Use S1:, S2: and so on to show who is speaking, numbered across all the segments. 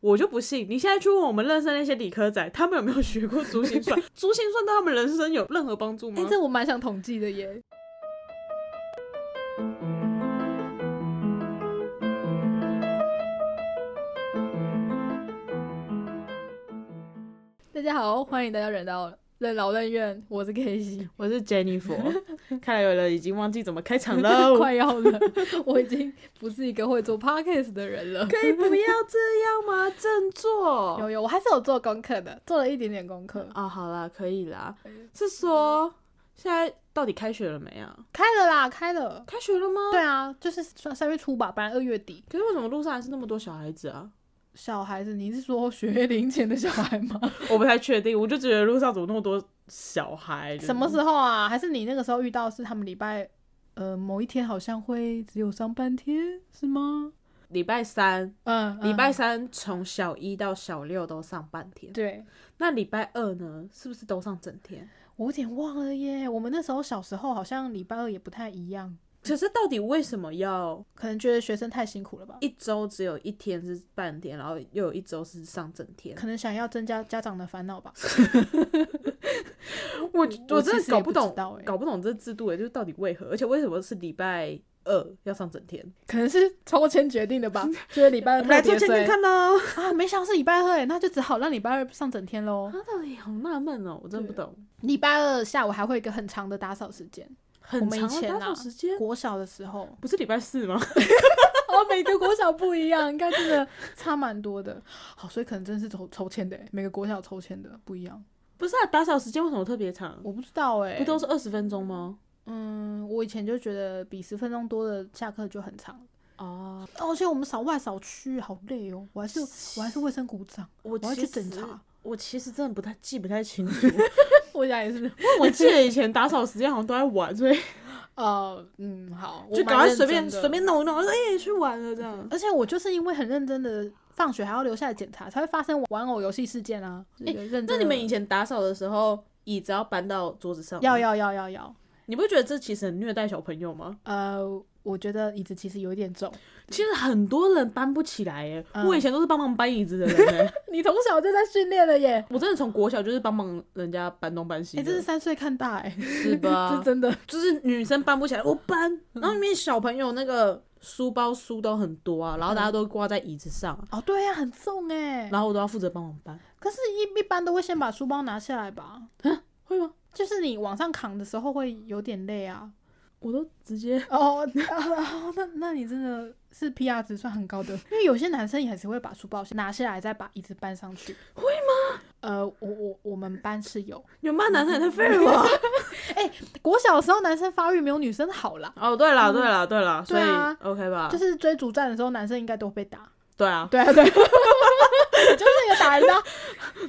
S1: 我就不信，你现在去问我们认识的那些理科仔，他们有没有学过珠心 算？珠心算对他们人生有任何帮助
S2: 哎、
S1: 吗？
S2: 这我蛮想统计的耶。大家好，欢迎大家忍到任劳任怨，我是 K C，
S1: 我是 Jennifer，看来 有人已经忘记怎么开场 了。
S2: 快要了，我已经不是一个会做 podcast 的人了。
S1: 可以不要这样吗？振作
S2: 有有，我还是有做功课的，做了一点点功课。
S1: 啊，好啦，可以 啦。是说现在到底开学了没啊？
S2: 开了啦，开了。
S1: 开学了吗？
S2: 对。啊，就是算三月初吧，本来二月底。
S1: 可是为什么路上还是那么多小孩子啊？
S2: 小孩子，你是说学龄前的小孩吗？
S1: 我不太确定，我就觉得路上怎么那么多小孩？
S2: 什么时候啊？还是你那个时候遇到是他们礼拜呃某一天好像会只有上半天是吗？
S1: 礼拜三，
S2: 嗯，
S1: 礼
S2: 嗯
S1: 拜三从小一到小六都上半天。
S2: 对，
S1: 那礼拜二呢？是不是都上整天？
S2: 我有点忘了耶。我们那时候小时候好像礼拜二也不太一样，
S1: 可是到底为什么要
S2: 可能觉得学生太辛苦了吧，
S1: 一周只有一天是半天，然后又有一周是上整天？
S2: 可能想要增加家长的烦恼吧。
S1: 我
S2: 我
S1: 我
S2: 其
S1: 真
S2: 实
S1: 的
S2: 也
S1: 搞
S2: 不
S1: 懂
S2: 知道欸，
S1: 搞不懂这制度哎，就是到底为何？而且为什么是礼拜二要上整天？
S2: 可能是抽签决定的 吧，觉得礼拜
S1: 我
S2: 二
S1: 们来
S2: 特
S1: 做
S2: 别
S1: 签签
S2: 衰
S1: 看喽。
S2: 啊，没想到是礼拜二耶，那就只好让礼拜二上整天喽。
S1: 他到底好纳闷哦，我真的不懂。
S2: 礼拜二下午还会有一个很长的打扫时间，我
S1: 很
S2: 们以
S1: 长的
S2: 前
S1: 打扫
S2: 啊
S1: 时间，
S2: 国小的时候，
S1: 不是礼拜四吗？
S2: 哦，每个国小不一样，应该真的差蛮多的。好，所以可能真的是抽抽签的欸，每个国小抽签的不一样。
S1: 不是啊，打扫时间为什么特别长？
S2: 我不知道哎、
S1: 不都是二十分钟吗？
S2: 嗯，我以前就觉得比十分钟多的下课就很长了。
S1: 哦，
S2: 哦而且我们扫外扫区好累哦，我还是我还是卫生股长，
S1: 我
S2: 我要去
S1: 其实
S2: 诊查。
S1: 我其实真的不太记不太清楚，因
S2: 我想也 是，
S1: 为 我记得以前打扫时间好像都在玩，所以
S2: 呃，嗯，好，我
S1: 就赶
S2: 蛮
S1: 快
S2: 认
S1: 随便
S2: 真的
S1: 随。便弄一弄，哎、去玩了这样。
S2: 而且我就是因为很认真的，放学还要留下来检查，才会发生玩偶游戏事件啊。
S1: 哎
S2: 就是认真
S1: 那你们以
S2: 的
S1: 前打扫的时候，椅子要搬到桌子上吗，
S2: 要要要要要，
S1: 你不觉得这其实很虐待小朋友吗？
S2: 呃，我觉得椅子其实有一点重。
S1: 其实很多人搬不起来耶，
S2: 嗯
S1: 我以前都是帮忙搬椅子的人 耶，
S2: 你从小就在训练了耶！
S1: 我真的从国小就是帮忙人家搬东搬西
S2: 哎、
S1: 的，
S2: 这是三岁看大哎、
S1: 是
S2: 这
S1: 吧？
S2: 真的。
S1: 就是女生搬不起来，我搬，然后里面小朋友那个书包书都很多啊，然后大家都挂在椅子上啊，
S2: 哦，对呀、很重哎、
S1: 然后我都要负责帮忙搬，
S2: 可是一一般都会先把书包拿下来吧？
S1: 会吗？
S2: 就是你往上扛的时候会有点累啊。
S1: 我都直接
S2: 哦， 哦那那你真的是 PR 值算很高的，因为有些男生也还是会把书包先拿下来，再把椅子搬上去。会吗？呃，我我我们班是有。
S1: 你们班男生也太废了吧！
S2: 国小的时候男生发育没有女生好啦，
S1: 哦，对啦，对啦，对啦，所以
S2: 对啊
S1: OK 吧？
S2: 就是追逐战的时候男生应该都会被打。
S1: 对啊，
S2: 对啊，对啊。 你就是那个打人的啊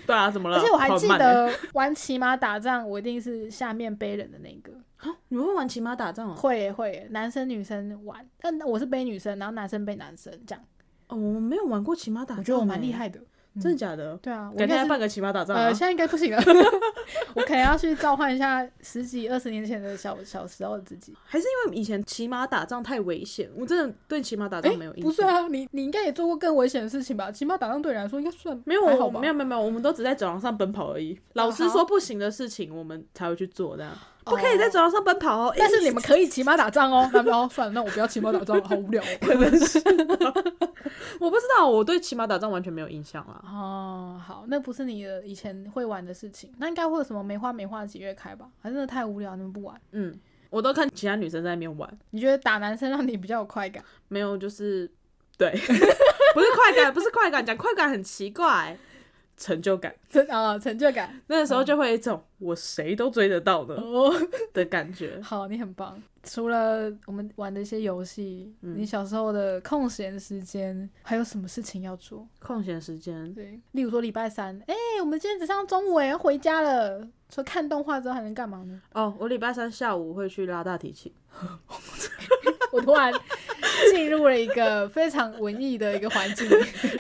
S1: 对啊，怎么了？
S2: 而且我还
S1: 好
S2: 记
S1: 慢 欸，
S2: 得玩骑马打仗，我一定是下面背人的那个。
S1: 啊 你们会玩骑马打仗哦？
S2: 会耶会耶，男生女生玩，但我是背女生，然后男生背男生这样。
S1: 哦，我没有玩过骑马打仗欸，
S2: 我觉得我蛮厉害的。嗯
S1: 真的假的？
S2: 对啊，
S1: 欸
S2: 我
S1: 改天
S2: 应该
S1: 来
S2: 是
S1: 办啊个骑马打仗啊
S2: 呃，！现在应该不行了， 我可能要去召唤一下十几二十年前的小小时候的自己。
S1: 还是因为以前骑马打仗太危险，我真的对骑马打
S2: 哎
S1: 仗没有，印象。
S2: 不是啊，你你应该也做过更危险的事情吧？骑马打仗对你来说应该算
S1: 没有，
S2: 还
S1: 我
S2: 好吧
S1: 没？有没有没有，我们都只在走廊上奔跑而已。老师说不行的事情，我们才会去做这样，不可以在
S2: 哦
S1: 走廊上奔跑哦。
S2: 但是
S1: 诶
S2: 你们可以骑马打仗哦。那哦，算了，那我不要骑马打仗了，好无聊哦。
S1: 可能是，我不知道，我对骑马打仗完全没有印象啊啦。
S2: 哦，好，那不是你的以前会玩的事情，那应该会有什么梅花梅花几月开吧？还真的太无聊，你们不玩？
S1: 嗯，我都看其他女生在那边玩，
S2: 你觉得打男生让你比较有快感？
S1: 没有就是 对，不是快感，不是快感，讲快感很奇怪，成就感。
S2: 真啊、成就感
S1: 那个时候就会有一种我谁都追得到的
S2: 哦。
S1: 的感觉。
S2: 好，你很棒。除了我们玩的一些游戏，
S1: 嗯
S2: 你小时候的空闲时间还有什么事情要做？
S1: 空闲时间，
S2: 对，例如说礼拜三，哎、我们今天只上中午，哎，要回家了。除了看动画之后还能干嘛呢？
S1: 哦，我礼拜三下午会去拉大提琴。
S2: 我突 然进入了一个非常文艺的一个环 境，
S1: 哎、这个人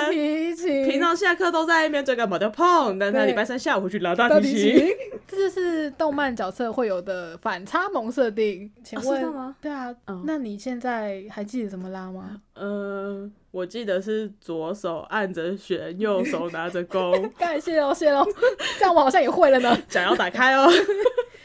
S2: 大提琴，
S1: 平常下课都在那边追赶跑跳碰，但他
S2: 对
S1: 礼拜三下午回去拉大
S2: 到
S1: 提
S2: 底
S1: 琴。
S2: 行， 这就是动漫角色会有的反差萌设定。请
S1: 哦是这
S2: 问、
S1: 样吗？
S2: 对啊，
S1: 嗯
S2: 那你现在还记得怎么拉吗？，
S1: 呃，我记得是左手按着弦，右手拿着弓
S2: 感谢哦，谢喽， 这样我好像也会了呢。
S1: 想要打开哦，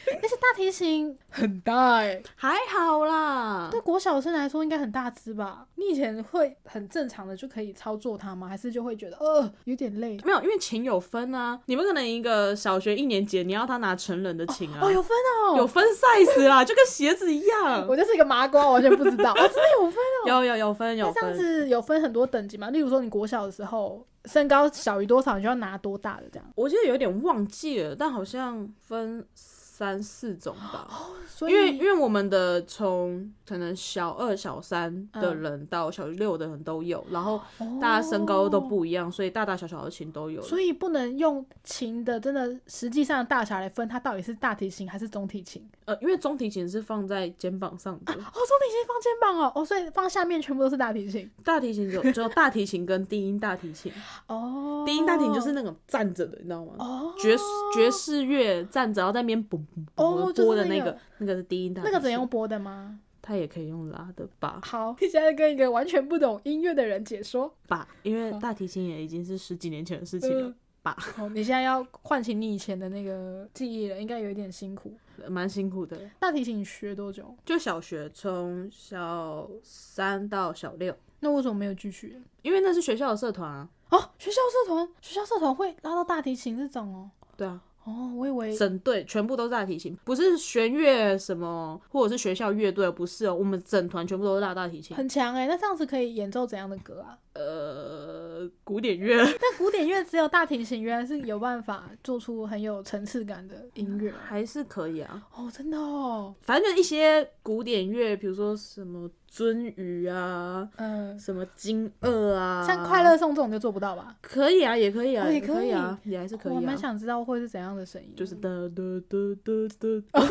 S2: 但是大提琴 很大哎、
S1: 还好啦
S2: 对国小生来说应该很大只吧？你以前会很正常的就可以操作它吗？还是就会觉得呃有点累？
S1: 没有，因为琴有分啊，你不可能一个小学一年级，你要他拿成人的琴啊，
S2: 哦，有分哦，
S1: 有分 size 啦，就 跟鞋子一样，
S2: 我就是一个麻瓜，完全不 知道。哦，真的有分。
S1: 有有有分有
S2: 那这样
S1: 分。
S2: 子有分很多等级吗？例如说你国小的时候，身高小于多少，你就要拿多大的这样。
S1: 我记得有点忘记了，但好像分三四种吧，
S2: 所以
S1: 因为因为我们的从可能小二、小三的人到小六的人都有，然后大家身高都
S2: 哦
S1: 不一样，所以大大小小的琴都有。
S2: 所以不能用琴的真的实际上的大小来分，它到底是大提琴还是中提琴？
S1: 呃，因为中提琴是放在肩膀上的，
S2: 哦，中提琴放肩膀哦，哦，所以放下面全部都是大提琴
S1: 大提琴只有只有大提琴跟低音大提琴，
S2: 哦。
S1: 低音大提琴就是那种站着的，你知道吗？
S2: 哦
S1: 爵士爵士乐站着，然后在那边嘣嘣
S2: 哦
S1: 嘣
S2: 就是
S1: 播的
S2: 那
S1: 那
S2: 个
S1: 个，那个是低音大提啊
S2: 那
S1: 琴。
S2: 个怎样播的吗？
S1: 它也可以用拉的吧
S2: 好，你现在跟一个完全不懂音乐的人解说。
S1: 吧，因为
S2: 好
S1: 大提琴也已经是十几年前的事情了
S2: 哦嗯，
S1: 吧，
S2: 好，你现在要唤起你以前的那个记忆了，应该有一点辛苦。
S1: 呃蛮辛苦的。
S2: 大提琴你学多久？
S1: 就小学从小三到小六，
S2: 那为什么没有继续？
S1: 因为那是学校的社团啊。
S2: 哦，学校社团，学校社团会拉到大提琴这种哦。
S1: 对啊，
S2: 哦，我以为
S1: 整队全部都是大提琴，不是弦乐什么，或者是学校乐队，不是哦，我们整团全部都是大大提琴，
S2: 很强哎、那这样子可以演奏怎样的歌啊？
S1: 呃，古典 乐，
S2: 但古典乐只有大提琴，原来是有办法做出很有层次感的音乐
S1: 嗯还是可以啊。
S2: 哦，真的哦，
S1: 反正就一些古典乐，比如说什么鳟鱼啊，
S2: 嗯、
S1: 什么惊愕啊，
S2: 像快乐颂这种就做不到吧？
S1: 可以啊，也可以啊，
S2: 哦也
S1: 也
S2: 可哦
S1: 可以啊，也还是可
S2: 我
S1: 以
S2: 蛮
S1: 啊。
S2: 想知道会是怎样的声音，
S1: 就是哒哒哒哒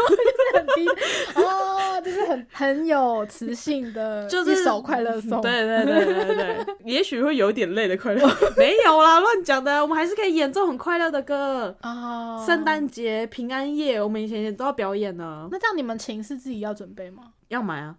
S2: 很低哦，就是很很有磁性的，
S1: 哒， 就是
S2: 哦
S1: 嗯
S2: 一首快乐颂。
S1: 对对对对对 对，也许会有点累的快乐， 没有啦，乱讲的，我们还是可以演奏很快乐的歌。
S2: 啊，
S1: 圣诞节、平安夜，我们以前也都要表演呢。
S2: 那这样你们琴是自己要准备吗？
S1: 要买啊，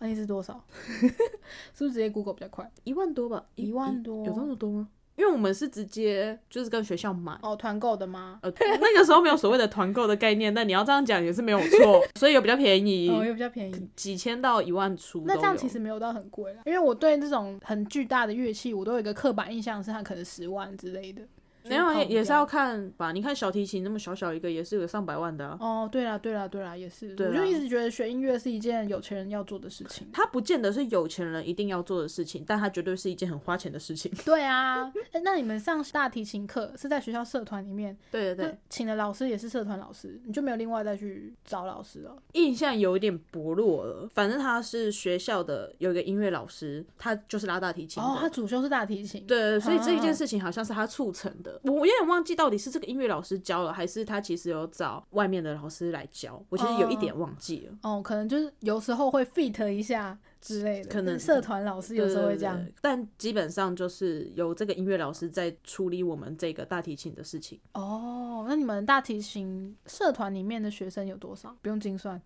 S2: 那你是 多少？是不是直接 Google 比较快？
S1: 一万多吧，
S2: 一万多
S1: 有这么多吗？因为我们是直接就是跟学校买。
S2: 哦，团购的吗？
S1: 呃，那个时候没有所谓的团购的概念，但你要这样讲也是没有错，所以有比较便宜，
S2: 哦，也比较便宜。
S1: 几千到一万出
S2: 那这
S1: 都
S2: 样
S1: 有
S2: 其实没有到很贵啦，因为我对这种很巨大的乐器，我都有一个刻板印象，是它可能十万之类的。啊
S1: 没有啊
S2: 就
S1: 也
S2: 是跑不
S1: 也是
S2: 掉
S1: 要看吧？你看小提琴那么小小一个，也是有上百万的、啊。
S2: 哦，对啦，对啦，对啦，也是。
S1: 对啊
S2: 我就
S1: 啦
S2: 一直觉得学音乐是一件有钱人要做的事情。
S1: 它不见得是有钱人一定要做的事情，但它绝对是一件很花钱的事 情。
S2: 对啊，诶那你们上大提琴课是在学校社团里面，
S1: 对对
S2: 那
S1: 对，
S2: 请的老师也是社团老师，你就没有另外再去找老师了。
S1: 印象有一点薄弱了。反正他是学校的有一个音乐老师，他就是拉大提琴的。
S2: 哦，他主修是大提琴。
S1: 对对，对所以这一
S2: 啊
S1: 件事情好像是他促成的。我我有点忘记到底是这个音乐老师教了，还是他其实有找外面的老师来教。我其实有一点忘记了，
S2: 哦，可能就是有时候会 fit 一下之类的，
S1: 可能
S2: 社团老师有时候会这样
S1: 对。对对但基本上就是有这个音乐老师在处理我们这个大提琴的事情。
S2: 哦，那你们大提琴社团里面的学生有多少？不用精算，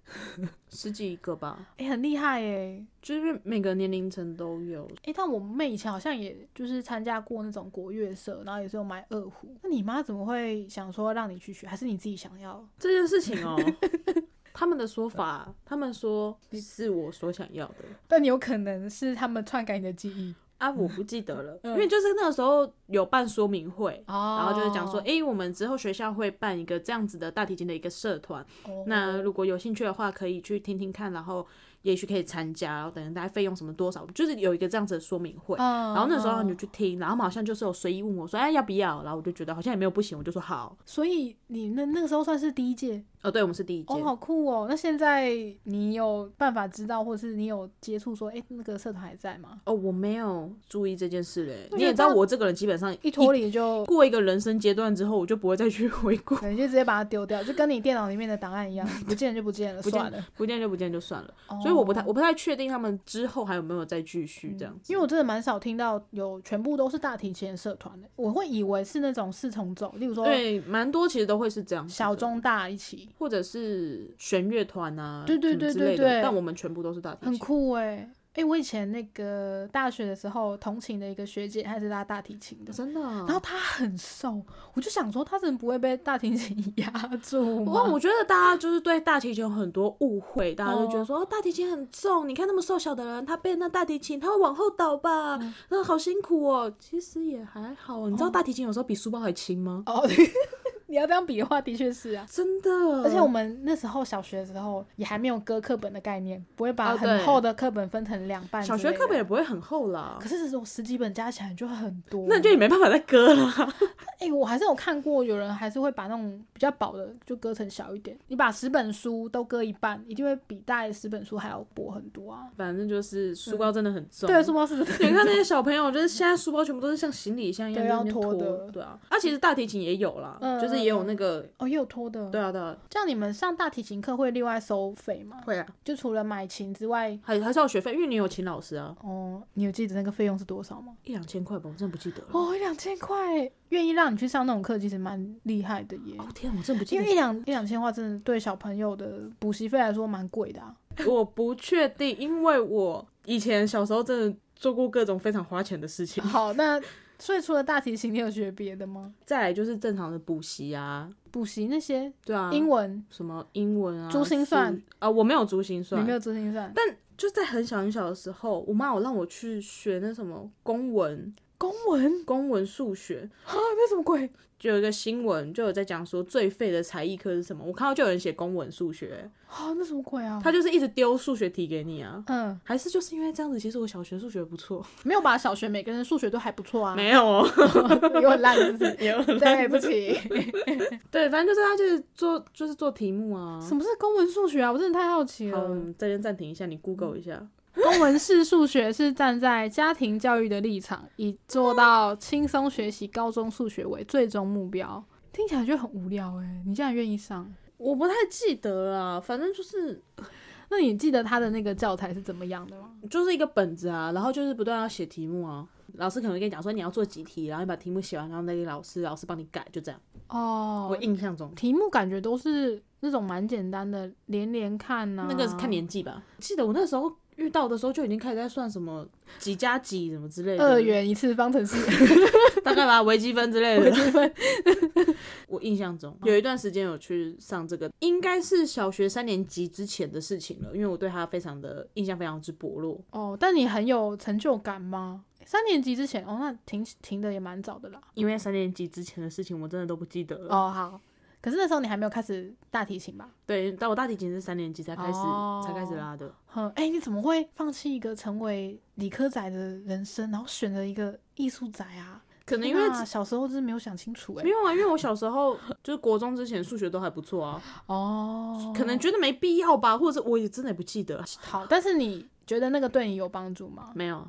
S1: 十几个吧，
S2: 哎、很厉害哎。
S1: 就是每个年龄层都有。
S2: 哎、但我妹以前好像也就是参加过那种国乐社，然后也是有买二胡。那你妈怎么会想说让你去学，还是你自己想要？
S1: 这件事情 哦，他们的说法，他们说是我所想要的
S2: 但有可能是他们篡改你的记忆
S1: 啊，我不记得了，
S2: 嗯
S1: 因为就是那个时候有办说明会。
S2: 哦
S1: 然后就是讲说，诶，我们之后学校会办一个这样子的大提琴的一个社团，
S2: 哦
S1: 那如果有兴趣的话，可以去听听看，然后也许可以参加，然后等大家费用什么多少，就是有一个这样子的说明会。
S2: 嗯
S1: 然后那时候你就去听，然后他们好像就是有随意问我说，哎，要不要？然后我就觉得好像也没有不行，我就说好。
S2: 所以你那那个时候算是第一届
S1: 哦，对，我们是第一届
S2: 哦，，好酷哦！那现在你有办法知道，或是你有接触说，哎、那个社团还在吗？
S1: 哦，我没有注意这件事嘞。
S2: 我
S1: 你也
S2: 觉得
S1: 知道，
S2: 他
S1: 我这个人基本上
S2: 一脱离就
S1: 过一个人生阶段之后，我就不会再去 回顾，
S2: 可能就直接把它丢掉，就跟你电脑里面的档案一样，不见就不见了，
S1: 不见
S2: 算了。
S1: 不见就不见就算了。所以我不太
S2: 哦嗯
S1: 我不太确定他们之后还有没有再继续这样子。
S2: 因为我真的蛮少听到有全部都是大提琴社团的，我会以为是那种四重奏，例如说
S1: 对蛮多其实都会是这样子的，
S2: 小中大一起，
S1: 或者是弦乐团啊，
S2: 对对
S1: 什么
S2: 对
S1: 之
S2: 对
S1: 类的
S2: 对
S1: 但我们全部都是大提
S2: 很
S1: 琴。
S2: 酷哎、哎、我以前那个大学的时候，同寝的一个学姐，她是拉大提琴的，
S1: 真的啊。
S2: 然后她很瘦，我就想说，她真的不会被大提琴 压住
S1: 哇，
S2: 吗？
S1: 我觉得大家就是对大提琴有很多误会，大家就觉得说、哦大提琴很重，你看那么瘦小的人，他背那大提琴，他会往后倒吧，
S2: 嗯
S1: 那、好辛苦哦。其实也还好，你知道大提琴有时候比书包还轻吗？
S2: 哦，你要这样比的话，的确是啊。
S1: 真的，
S2: 而且我们那时候小学的时候也还没有割课本的概念，不会把
S1: 哦对
S2: 很厚的课本分成两半、
S1: 小学课本，也不会很厚啦
S2: 可，是这种十几本加起来就很多。
S1: 那你就也没办法再割 了。
S2: 哎、我还是有看过有人还是会把那种比较薄的就割成小一点。你把十本书都割一半，一定会比大的十本书还要薄很多啊。
S1: 反正就是书包真的很重，
S2: 对，书 包是
S1: 你看那些小朋友，就是现在书包全部都是像行李箱一样
S2: 对
S1: 在那边
S2: 要拖的
S1: 对啊，啊，其实大提琴也有啦，
S2: 嗯
S1: 就是也有那个，
S2: 哦，也有拖的。
S1: 对，啊，对啊，
S2: 这样你们上大提琴课会另外收费吗？
S1: 会啊，
S2: 就除了买琴之外，
S1: 还还是要学费，因为你有请老师啊，
S2: 哦，你有记得那个费用是多少吗？
S1: 一两千块吧，我真的不记得了。
S2: 哦，一两千块，愿意让你去上那种课，其实蛮厉害的耶。
S1: 哦天啊，我真的不记
S2: 因
S1: 得
S2: 为一两一两千块真的对小朋友的补习费来说蛮贵的啊。
S1: 我不确定，因为我以前小时候真的做过各种非常花钱的事情。
S2: 好，那所以除了大提琴，你有学别的吗？
S1: 再来就是正常的补习啊，
S2: 补习那些
S1: 对啊，
S2: 英文，
S1: 什么英文啊，
S2: 珠心算
S1: 数啊，我没有珠心
S2: 你
S1: 算
S2: 没，有珠心算？
S1: 就在很小很小的时候，我妈有让我去学那什么公文、
S2: 公文
S1: 公文数学，
S2: 啊，那什么鬼？
S1: 就有一个新闻就有在讲说最废的才艺课是什么，我看到就有人写公文数学，
S2: 啊，那什么鬼啊？
S1: 他就是一直丢数学题给你啊。
S2: 嗯，
S1: 哦还是就是因为这样子，其实我小学数学不错，
S2: 没有吧？小学每个人数学都还不错啊，
S1: 没有哦，？
S2: 有很烂是不是
S1: 有
S2: 对不起，
S1: 对，反正就是他就是做就是做题目啊。
S2: 什么是公文数学啊？我真的太好奇
S1: 好，我
S2: 了。
S1: 们这边暂停一下，你 Google 一下。
S2: 公文式数学是站在家庭教育的立场，以做到轻松学习高中数学为最终目标。听起来就很无聊哎、你竟然愿意上？
S1: 我不太记得了，反正就是
S2: 那你记得他的那个教材是怎么样的吗？
S1: 就是一个本子啊，然后就是不断要写题目啊。老师可能会跟你讲说你要做几题，然后你把题目写完，然后再给老师，老师帮你改，就这样。我
S2: 哦，
S1: 印象中。
S2: 题目感觉都是那种蛮简单的，连连看啊呐、
S1: 那个是看年纪吧。记得我那时候遇到的时候就已经开始在算什么几加几什么之类的，
S2: 二元一次方程式。
S1: 大概吧，微积分之类的。微积分， 我印象中有一段时间有去上这个，应该是小学三年级之前的事情了，因为我对它非常的印象非常之薄弱。
S2: 哦，但你很有成就感吗？三年级之前哦，那停停的也蛮早的啦。
S1: 因为三年级之前的事情我真的都不记得了。
S2: 哦，好，可是那时候你还没有开始大提琴吧？
S1: 对，但我大提琴是三年级才开始、
S2: 哦
S1: 才开始拉的。
S2: 哼，哎、你怎么会放弃一个成为理科仔的人生，然后选择一个艺术仔啊？
S1: 可能因
S2: 天
S1: 为
S2: 哪小时候真是没有想清楚哎、
S1: 没有啊，因为我小时候就是国中之前数学都还不错啊，
S2: 哦，
S1: 可能觉得没必要吧，或者是我也真的也不记得，
S2: 好，但是你觉得那个对你有帮助吗？
S1: 没有。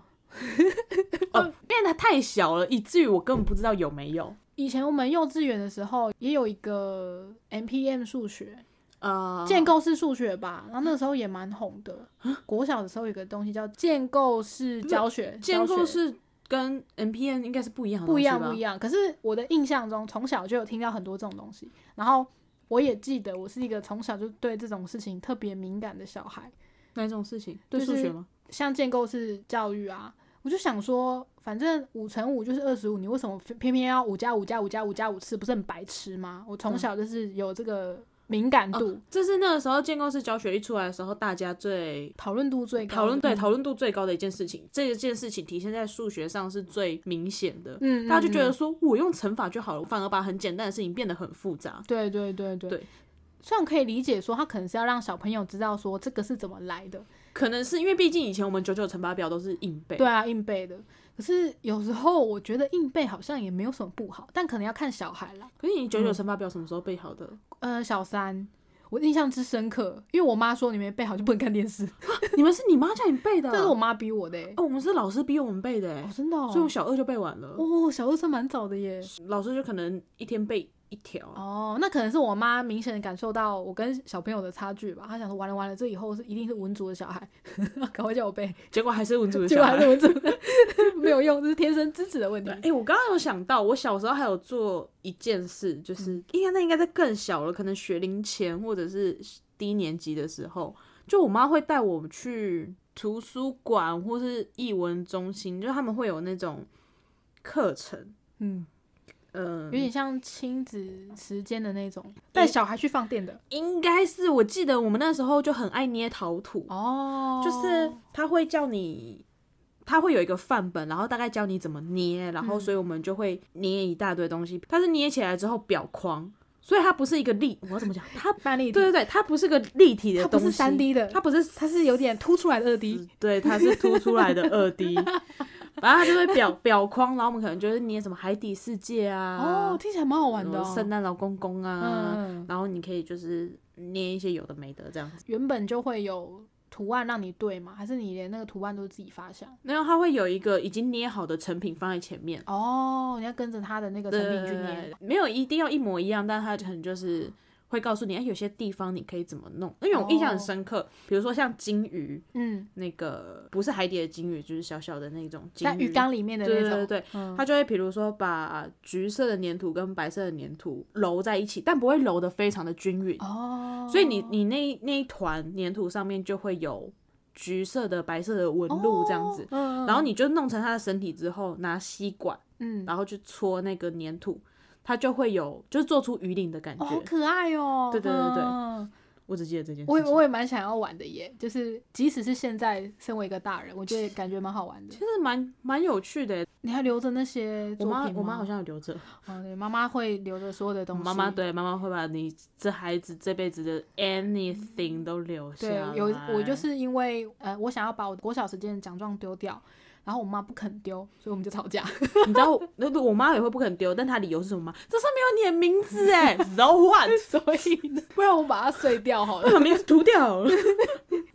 S1: 哦，变得太小了，以至于我根本不知道有没有。
S2: 以前我们幼稚园的时候也有一个 M P M 数学，
S1: 呃，
S2: 建构式数学吧，然后那时候也蛮红的。国小的时候有一个东西叫建构式教学，
S1: 建
S2: 教
S1: 构
S2: 学
S1: 啊是跟 M P N 应嗯该是不一样的
S2: 不
S1: 东
S2: 一
S1: 西吧，
S2: 样，不一样。可是我的印象中，从小就有听到很多这种东西，然后我也记得，我是一个从小就对这种事情特别敏感的小孩。
S1: 哪一种事情？对
S2: 就是
S1: 数学吗？
S2: 像建构式教育啊，我就想说，反正五乘五就是二十五，你为什么偏偏要五加五加五加五加五次？不是很白痴吗？我
S1: 嗯
S2: 从小就是有这个敏感度，
S1: 哦这是那个时候建构式教学一出来的时候，大家最
S2: 讨论度最高的，
S1: 讨论对
S2: 嗯
S1: 讨论度最高的一件事情。这件事情体现在数学上是最明显的，
S2: 嗯，
S1: 大家就觉
S2: 嗯
S1: 得
S2: 嗯
S1: 说我用乘法就好了，我反而把很简单的事情变得很复杂。
S2: 嗯对对对对
S1: 对。
S2: 虽然可以理解说，他可能是要让小朋友知道说这个是怎么来的，
S1: 可能是因为毕竟以前我们九九乘法表都是硬背，
S2: 对啊，硬背的。可是有时候我觉得硬背好像也没有什么不好，但可能要看小孩啦。
S1: 可是你九九乘法表什么时候背好的？
S2: 呃，小三，我印象之深刻，因为我妈说你没背好就不能看电视，
S1: 你们是你妈叫你背的啊？
S2: 这是我妈逼我的、欸。
S1: 哦，我们是老师逼我们背的哎
S2: 哦，，真的、哦，
S1: 所以我小二就背完了。
S2: 哦，小二生蛮早的耶。
S1: 老师就可能一天背一条啊，
S2: 哦，那可能是我妈明显的感受到我跟小朋友的差距吧。她想说，完了完了，这以后是一定是文组的小孩， 赶快叫我背，
S1: 结果还是文组的
S2: 结
S1: 小
S2: 果还
S1: 孩
S2: 是。文组的， 没有用，这是天生资质的问题
S1: 对，哎、。我刚刚有想到，我小时候还有做一件事，
S2: 嗯
S1: 就是应该那应该在更小了，可能学龄前或者是低年级的时候，就我妈会带我去图书馆或是译文中心，就是他们会有那种课程，
S2: 嗯，
S1: 嗯、
S2: 有点像亲子时间的那种，带小孩去放电的
S1: 应该是我记得我们那时候就很爱捏陶土，
S2: 哦
S1: 就是他会叫你，他会有一个范本，然后大概教你怎么捏，然后
S2: 嗯
S1: 所以我们就会捏一大堆东西，但是捏起来之后表框，所以它不是一个立，我要怎么讲？ 它
S2: 蛮立
S1: 对
S2: 体，
S1: 对对，它不是个立体的
S2: 它
S1: 东
S2: 不
S1: 西，
S2: 是三 D 的，
S1: 它不是
S2: 它是有点凸出来的二 D，
S1: 对，它是凸出来的二 D，反正它就会表表框，然后我们可能就是捏什么海底世界啊，
S2: 哦，听起来蛮好玩
S1: 什
S2: 的
S1: 么
S2: 哦，
S1: 圣诞老公公啊，
S2: 嗯，
S1: 然后你可以就是捏一些有的没的这样子。
S2: 原本就会有图案让你对吗？还是你连那个图案都是自己发想？
S1: 然后它会有一个已经捏好的成品放在前面，
S2: 哦，你要跟着它的那个成品去
S1: 对对
S2: 捏
S1: 对，没有一定要一模一样，但它可能就是会告诉你，哎，有些地方你可以怎么弄。因为我印
S2: 哦
S1: 象很深刻，比如说像金鱼，
S2: 嗯，
S1: 那个不是海底的金鱼，就是小小的那种金
S2: 在
S1: 鱼
S2: 鱼缸里面的
S1: 对对
S2: 那
S1: 对
S2: 种，
S1: 对，
S2: 嗯
S1: 它就会比如说把橘色的粘土跟白色的粘土揉在一起，但不会揉得非常的均匀，
S2: 哦，
S1: 所以你你那那一团粘土上面就会有橘色的、白色的纹路这样子
S2: 哦，，嗯，
S1: 然后你就弄成它的身体之后，拿吸管。
S2: 嗯，
S1: 然后去搓那个粘土，它就会有就是做出鱼鳞的感觉。
S2: 哦，好可爱哦，
S1: 对对对对
S2: 嗯
S1: 我只记得这件
S2: 我也
S1: 事情。
S2: 我也蛮想要玩的耶，就是即使是现在身为一个大人，我觉得感觉蛮好玩的
S1: 其。实蛮蛮有趣的耶，欸
S2: 你还留着那些
S1: 我
S2: 作
S1: 妈
S2: 品
S1: 我妈好
S2: 像，
S1: 像有留着，
S2: 哦，对，妈妈会留着所有的东西。嗯
S1: 妈妈对妈妈会把你这孩子这辈子的 anything 都留下
S2: 对，有
S1: 来
S2: 我就是因为呃，我想要把我国小时间的奖状丢掉，然后我妈不肯丢，所以我们就吵架。
S1: 你知道，那我妈也会不肯丢，但她理由是什么吗？这上面有你的名字 哎，so what？
S2: 所以呢，不然我把它碎掉好
S1: 为
S2: 了。
S1: 什么要涂 掉？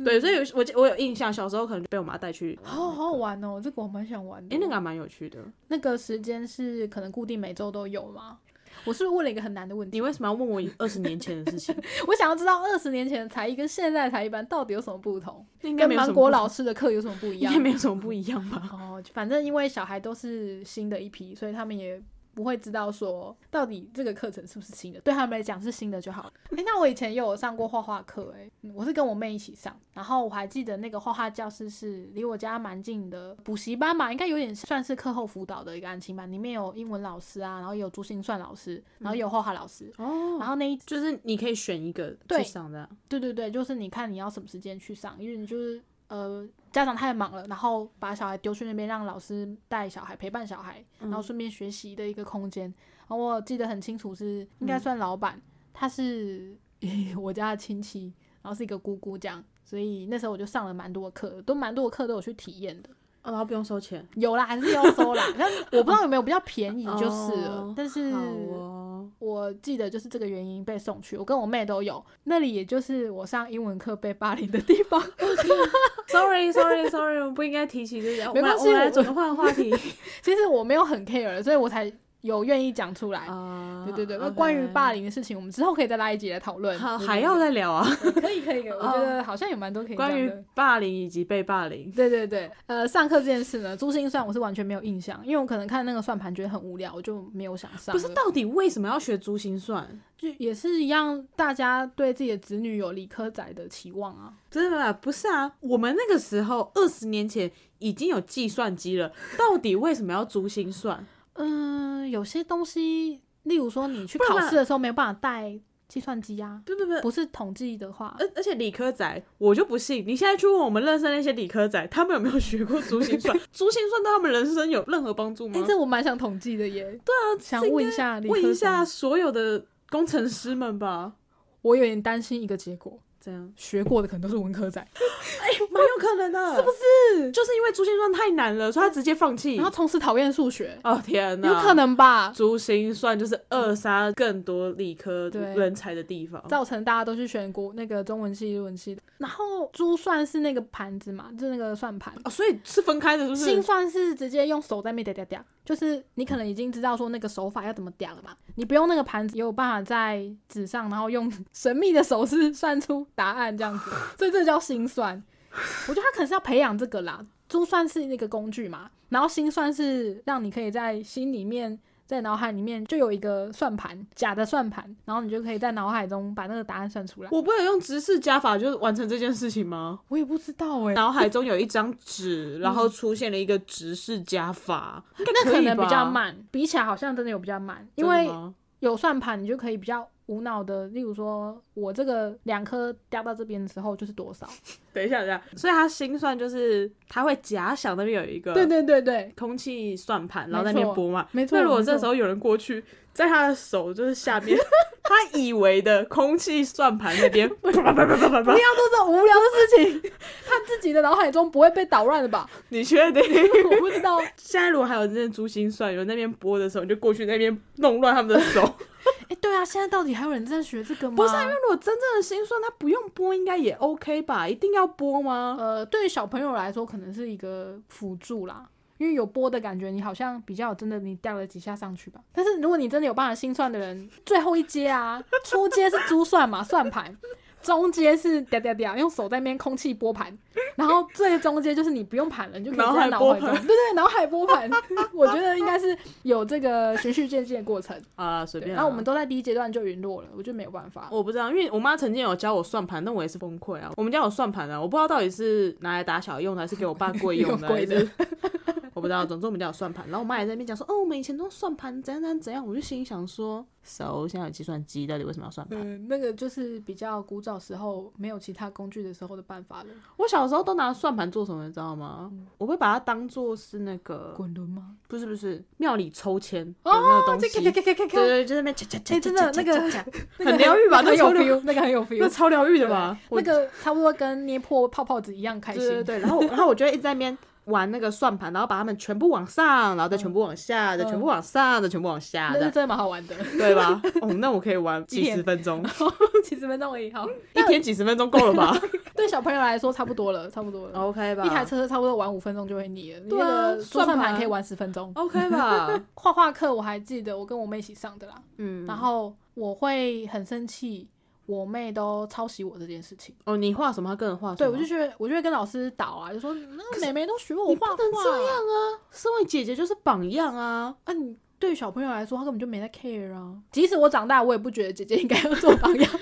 S1: 对，所以有我记我有印象，小时候可能就被我妈带去，
S2: 好好好玩哦，这个我蛮想玩的。
S1: 哎、那个还蛮有趣的。
S2: 那个时间是可能固定每周都有吗？我是不是问了一个很难的问
S1: 你
S2: 题？
S1: 为什么要问我二十年前的事情？
S2: 我想要知道二十年前的才艺跟现在的才艺班到底有什么不同，
S1: 应该
S2: 跟
S1: 没有什
S2: 芒
S1: 么
S2: 果
S1: 不
S2: 老师的课有什么不一
S1: 应
S2: 样
S1: 该？没有什么不一样吧？
S2: 哦，反正因为小孩都是新的一批，所以他们也不会知道说到底这个课程是不是新的，对他们来讲是新的就好了。诶，那我以前也有上过画画课，诶，嗯我是跟我妹一起上，然后我还记得那个画画教室是离我家蛮近的补习班嘛，应该有点算是课后辅导的一个安亲班，里面有英文老师啊，然后也有珠心算老师，然后也有画画老师，
S1: 哦，
S2: 然后那一
S1: 就是你可以选一个
S2: 对
S1: 去上的啊，
S2: 对对对，就是你看你要什么时间去上，因为你就是呃家长太忙了，然后把小孩丢去那边让老师带小孩陪伴小孩，然
S1: 嗯
S2: 后顺便学习的一个空间。然后我记得很清楚是
S1: 嗯
S2: 应该算老板，他是 我家的亲戚，然后是一个姑姑这样，所以那时候我就上了蛮多的课，都蛮多的课都有去体验的。
S1: 哦，然后不用收钱，
S2: 有啦，还是要收啦， 但我不知道有没有比较便宜就是了，
S1: 哦
S2: 但是。
S1: 好哦，
S2: 我记得就是这个原因被送去，我跟我妹都有。那里也就是我上英文课被霸凌的地方。
S1: Sorry Sorry Sorry，我们不应该提起这些，我
S2: 没
S1: 们来
S2: 关
S1: 我
S2: 系
S1: 们来
S2: 我
S1: 转换话 题
S2: 其实我没有很 care，所以我才有愿意讲出来。
S1: 啊
S2: 对对对，那关于霸
S1: 凌，
S2: 凌的事情，我们之后可以再拉一集来讨论。
S1: 好
S2: 对
S1: 还要再聊啊，
S2: 对 对可以可以，可以我
S1: 哦
S2: 觉得好像有蛮多可以
S1: 关
S2: 讲
S1: 于
S2: 的。
S1: 霸凌以及被霸凌，
S2: 对对对，呃，上课这件事呢，珠心算我是完全没有印象，因为我可能看那个算盘觉得很无聊，我就没有想上
S1: 不
S2: 了。
S1: 是到底为什么要学珠心算？
S2: 就也是一样，大家对自己的子女有理科仔的期望啊。
S1: 真的不是啊，我们那个时候二十年前已经有计算机了，到底为什么要珠心算？
S2: 嗯，有些东西，例如说你去
S1: 不然
S2: 考
S1: 嘛
S2: 试的时候没有办法带计算机啊，
S1: 不不不，
S2: 不是统计的话，
S1: 而而且理科仔，我就不信。你现在去问我们认识的那些理科仔，他们有没有学过珠心算？ 珠心算对他们人生有任何帮助吗
S2: 哎、？这我蛮想统计的耶。对啊，想问一下，
S1: 问一下，所有的工程师们吧。
S2: 我有点担心一个结果，
S1: 这样
S2: 学过的可能都是文科仔，
S1: 蛮有可能的，是不是？就是因为珠心算太难了，所以他直接放弃
S2: 然。后从此讨厌数学，
S1: 哦天哪，
S2: 有可能吧？
S1: 珠心算就是扼杀更多理科
S2: 对
S1: 人才的地方。
S2: 造成大家都去选国那个中文系、日文系的，然后珠算是那个盘子嘛，就是那个算盘，
S1: 哦，所以是分开的，是不
S2: 心
S1: 是？
S2: 算是直接用手在那边嗲嗲嗲，就是你可能已经知道说那个手法要怎么嗲了嘛，你不用那个盘子，也有办法在纸上，然后用 神秘的手势算出答案这样子，所以这叫心算。我觉得他可能是要培养这个啦，珠算是那个工具嘛，然后心算是让你可以在心里面在脑海里面就有一个算盘，假的算盘，然后你就可以在脑海中把那个答案算出来。
S1: 我不能用直视加法就完成这件事情吗？
S2: 我也不知道哎、
S1: 脑海中有一张纸，然后出现了一个直视加法，应该
S2: 那可
S1: 以
S2: 能比
S1: 吧
S2: 较，慢，比起来好像真的有比较慢，因
S1: 真的
S2: 为
S1: 吗
S2: 有算盘，你就可以比较无脑的，例如说我这个两颗掉到这边的时候就是多少。
S1: 等一下，等一下，所以他心算就是他会假想那边有一个
S2: 对对对对，
S1: 空气算盘，然后在那
S2: 没
S1: 边
S2: 错
S1: 拨嘛。
S2: 没错。
S1: 啊那如果
S2: 没错
S1: 这时候有人过去，在他的手就是下面 他以为的空气算盘那 边，啪啪啪啪啪啪
S2: 不
S1: 啪
S2: 要做这种无聊的事情，他自己的脑海中不会被捣乱的吧？
S1: 你确定？
S2: 我不知道。
S1: 现在如果还有那些珠心算，有人那边拨的时候，你就过去那边弄乱他们的手。
S2: 哎、对啊，现在到底还有人在学这个吗？
S1: 不是啊，因为如果真正的心算，他不用拨应该也 OK 吧？一定要拨吗？
S2: 呃，对于小朋友来说，可能是一个辅助啦。因为有波的感觉，你好像比较有真的你掉了几下上去吧。但是如果你真的有办法心算的人，最后一阶啊，初阶是珠算嘛，算盘；中阶是嗲嗲嗲，用手在那边空气拨盘；然后最中阶就是你不用盘了，你就可以在
S1: 脑海
S2: 脑
S1: 拨
S2: 海中，
S1: 盘
S2: 对对，脑海拨盘。 我觉得应该是有这个循序渐进的过程。
S1: 啊，随
S2: 对，
S1: 便
S2: 然
S1: 啊。哦
S2: 后我们都在第一阶段就陨落了，我就没有办法。
S1: 我不知道，因为我妈曾经有教我算盘，但我也是崩溃啊。我们家有算盘啊，我不知道到底是拿来打小用的，还是给我爸跪用的，
S2: 有跪的
S1: 还是 我不知道。总之我们家有算盘，然后我妈也在那边讲说，哦，我们以前都用算盘怎样怎样怎样，我就心里想说，手现在有计算机，到底为什么要算盘？
S2: 嗯，那个就是比较古早时候没有其他工具的时候的办法了。
S1: 我小时候都拿算盘做什么，你知道吗？
S2: 嗯
S1: 我会把它当做是那个，
S2: 滚轮吗？
S1: 不是不是，庙里抽签的
S2: 哦
S1: 那个东西。
S2: 咔咔咔
S1: 对对，对就在那边掐掐掐，
S2: 啊哎真的
S1: 掐
S2: 那个
S1: 掐 掐
S2: 那个
S1: 很疗愈吧
S2: 那个很
S1: 那个
S2: 有 feel，那个很有
S1: 那
S2: feel，
S1: 超疗愈的吧？我
S2: 那个 差不多跟捏破泡泡纸一样开
S1: 对对
S2: 心。
S1: 对，然后然后我就会一直在那边玩那个算盘，然后把它们全部往上，然后再全部往下，再全部往上，再全部往下，
S2: 啊那
S1: 这
S2: 是
S1: 样
S2: 真的蛮好 玩的，
S1: 对吧？哦，那我可以 玩
S2: 一
S1: 几
S2: 天
S1: 十分钟，
S2: 几十分钟而已。好，
S1: 一天几十分钟够了吧
S2: 对小朋友来说差不多了，差不多了。
S1: ？OK 吧，
S2: 一台车差不多玩五分钟就会腻了，你
S1: 对啊
S2: 那个桌
S1: 算
S2: 算盘
S1: 盘
S2: 可以玩十分钟。
S1: OK 吧？
S2: 画画课我还记得我跟我妹一起上的啦，
S1: 嗯，
S2: 然后我会很生气，我妹都抄袭我这件事情。
S1: 哦，你画什么，他跟人画什
S2: 对，
S1: 么，哦
S2: 我就觉得，我就会跟老师导啊，就说那个妹妹都学我
S1: 你不
S2: 画画，
S1: 能这样啊！身为姐姐就是榜样啊！
S2: 啊，你对于小朋友来说，他根本就没在 care 啊。即使我长大，我也不觉得姐姐应该要做榜样。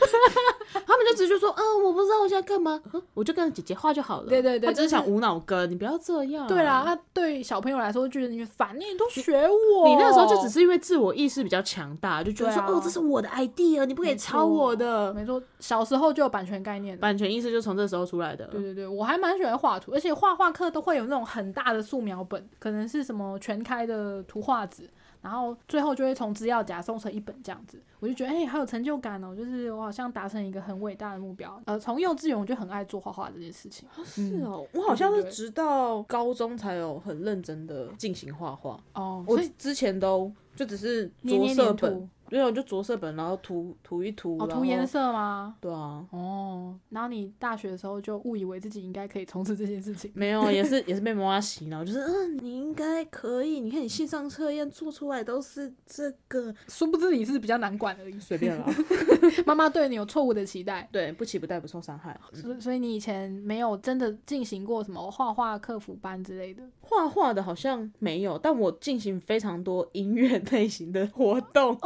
S1: 他们就直接说，嗯，我不知道我现在干嘛， 嗯我就跟着姐姐画就好了。
S2: 对对对
S1: 他只是啊
S2: 就是
S1: 想无脑跟，你不要这样。
S2: 对啦，，他对小朋友来说，就觉得你烦，你都学我。
S1: 你那时候就只是因为自我意识比较强大，就觉得说、
S2: 对啊
S1: 哦，这是我的 idea，你不可以
S2: 没错
S1: 抄我的。
S2: 没错，小时候就有版权概念的。
S1: 版权意识就从这时候出来的。
S2: 对对对，我还蛮喜欢画图，而且画画课都会有那种很大的素描本，可能是什么全开的图画纸，然后最后就会从资料夹送成一本这样子，我就觉得哎、好有成就感哦，就是我好像达成一个很伟大的目标。呃，从幼稚园我就很爱做画画这件事情。
S1: 是哦，我
S2: 好像是
S1: 直到高中才有很认真的进行画画，
S2: 哦，
S1: 我
S2: 所以
S1: 之前都就只是
S2: 捏
S1: 着
S2: 捏
S1: 色
S2: 黏
S1: 本，
S2: 土。
S1: 没有就着色本，然后涂涂一涂，
S2: 哦，
S1: 然
S2: 涂颜
S1: 后
S2: 色吗？
S1: 对啊，
S2: 哦，然后你大学的时候就误以为自己应该可以从事这件事情，
S1: 没有，也是也是被妈妈洗脑，就是嗯，你应该可以，你看你线上测验做出来都是这个，
S2: 殊不知你是比较难管而已。
S1: 随便啦，
S2: 妈妈对你有错误的期待，
S1: 对，不期不待，不受伤害。嗯
S2: 所以所以你以前没有真的进行过什么画画客服班之 类的。
S1: 画画的好像没有，但我进行非常多音乐类型的活动。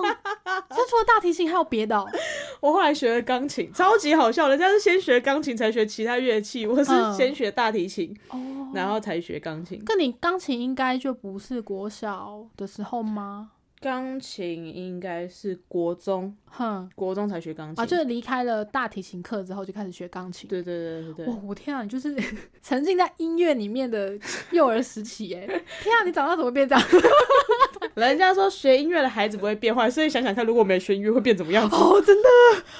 S2: 这除了大提琴还有别的、哦？
S1: 我后来学了钢琴，超级好笑。人家是先学钢琴才学其他乐器，我是
S2: 嗯
S1: 先学大提琴，
S2: 哦，
S1: 然后才学钢琴。
S2: 跟你钢琴应该就不是国小的时候吗？
S1: 钢琴应该是国中，
S2: 哼，
S1: 国中才学钢琴。
S2: 啊，就是离开了大提琴课之后就开始学钢琴。
S1: 对对对对
S2: 哇
S1: 对，，
S2: 我天啊，你就是 沉浸在音乐里面的幼儿时期 耶！天啊，你长大怎么变这样？
S1: 人家说学音乐的孩子不会变坏，所以想想看，如果没学音乐会变怎么样子？
S2: 哦，真的，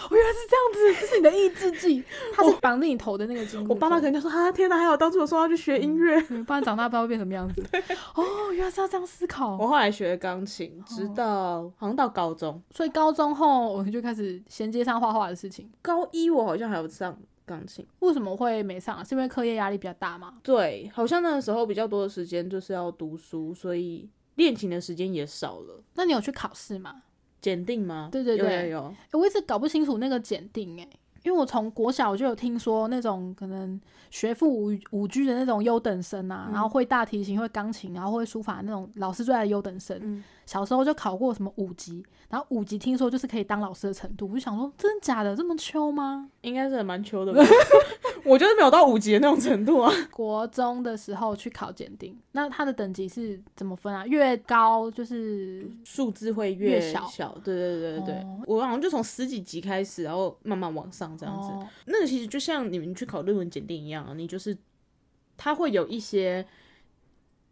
S2: 我原来是这样子，这是你的抑制 剂，它是绑着你头的那个筋骨。
S1: 我爸妈肯定说啊，天哪！还有当初我说要去学音乐，
S2: 嗯，不然长大不知道会变什么样子。 哦，原来是要这样思考。
S1: 我后来学钢琴，直到好像到高中，
S2: 所以高中后我就开始衔接上画画的事情。
S1: 高一我好像还有上钢琴，
S2: 为什么会没上啊？是因为课业压力比较大吗？
S1: 对，好像那个时候比较多的时间就是要读书，所以练琴的时间也少了。
S2: 那你有去考试吗？
S1: 检定吗？
S2: 对对对
S1: 有有有，
S2: 诶我一直搞不清楚那个检定、诶，因为我从国小我就有听说那种可能学富五五居的那种优等生啊，
S1: 嗯
S2: 然后会大提琴、会钢琴，然后会书法那种老师最爱的优等生，
S1: 嗯
S2: 小时候就考过什么五级，然后五级听说就是可以当老师的程度，我就想说真的假的这么秋吗？
S1: 应该是蛮秋的吧， 我觉得没有到五级的那种程度啊。
S2: 国中的时候去考检定，那它的等级是怎么分啊？越高就是
S1: 数字会
S2: 越
S1: 小，
S2: 小
S1: 对对对对对，
S2: 哦
S1: 我好像就从十几级开始，然后慢慢往上这样子。
S2: 哦
S1: 那个其实就像你们去考论文检定一样啊，你就是它会有一些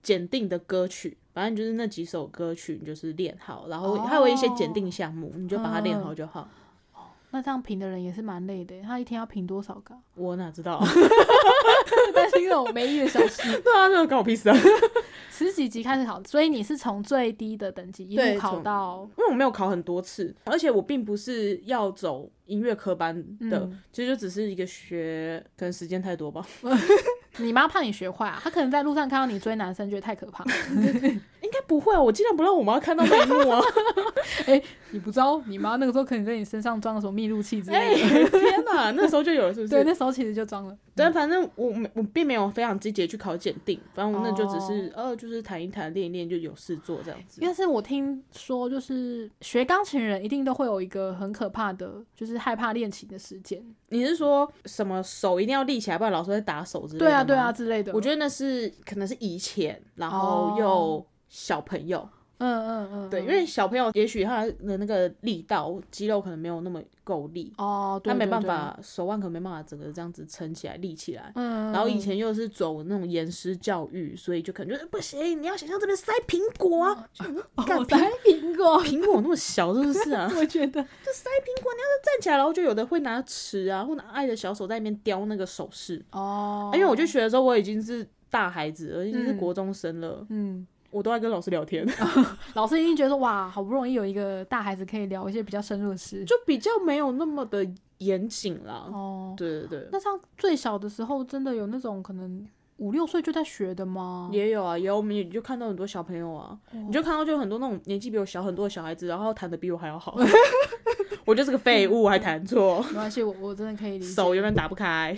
S1: 检定的歌曲，反正就是那几首歌曲，你就是练好，然后
S2: 哦嗯
S1: 还有一些检定项目，你就把它练好就好。
S2: 那这样评的人也是蛮累的，他一天要评多少个啊？
S1: 我哪知道？
S2: 担心这种没意义的小事。
S1: 对啊，那个关我屁事啊！
S2: 十几级开始考，所以你是从最低的等级一
S1: 对
S2: 路考
S1: 从
S2: 到
S1: 因为我没有考很多次，而且我并不是要走音乐科班的，
S2: 嗯
S1: 其实就只是一个学，可能时间太多吧。
S2: 你妈怕你学坏啊，她可能在路上看到你追男生，觉得太可怕。
S1: 应该不会啊，我尽量不让我妈看到那一幕 啊！
S2: 你不知道，你妈那个时候可能在你身上装了什么密录器之
S1: 哎、
S2: 类的。
S1: 天哪，那时候就有了，是不是？
S2: 对，那时候其实就装了。
S1: 但反正我没我并没有非常积极地去考检定，反正我那就只是、
S2: 哦
S1: 呃，就是谈一谈、练一练就有事做这样子。
S2: 但是我听说，就是学钢琴人一定都会有一个很可怕的，就是害怕练琴的时间。
S1: 你是说什么手一定要立起来，不然老师会打手之类的？
S2: 对啊，对啊，，之类的。
S1: 我
S2: 得，
S1: 觉得那是可能是以前，然后又
S2: 哦
S1: 小朋友，
S2: 嗯嗯嗯，
S1: 对，
S2: 嗯
S1: 因为小朋友也许他的那个力道肌肉可能没有那么够力，
S2: 哦，对
S1: 他没办，
S2: 对对
S1: 法手腕可能没办法整个这样子撑起来立起来。
S2: 嗯，嗯
S1: 然后以
S2: 嗯
S1: 前又是走那种严师教育，所以就可能就是不行，你要想象这边塞苹果啊，
S2: 哦
S1: 干
S2: 我才苹果，
S1: 苹果那么小是不是啊？
S2: 我觉得
S1: 站起来，然后就有的会拿尺啊，或拿爱的小手在那边雕那个手势。
S2: 哦
S1: 啊，因为我就学的时候，我已经是大孩子了，已经是
S2: 嗯
S1: 国中生了，
S2: 嗯，
S1: 我都在跟老师聊天，
S2: 老师一定觉得说哇，好不容易有一个大孩子可以聊一些比较深入的事。
S1: 就比较没有那么的严谨啦。
S2: 哦，
S1: 对对对，
S2: 那像最小的时候，真的有那种可能五六岁就在学的吗？
S1: 也有啊，也有，我们也就看到很多小朋友啊，
S2: 哦
S1: 你就看到就有很多那种年纪比我小很多的小孩子，然后弹的比我还要好， 我就是个废物，还弹错，
S2: 没关系，我我真的可以理解。
S1: 手永远打不开。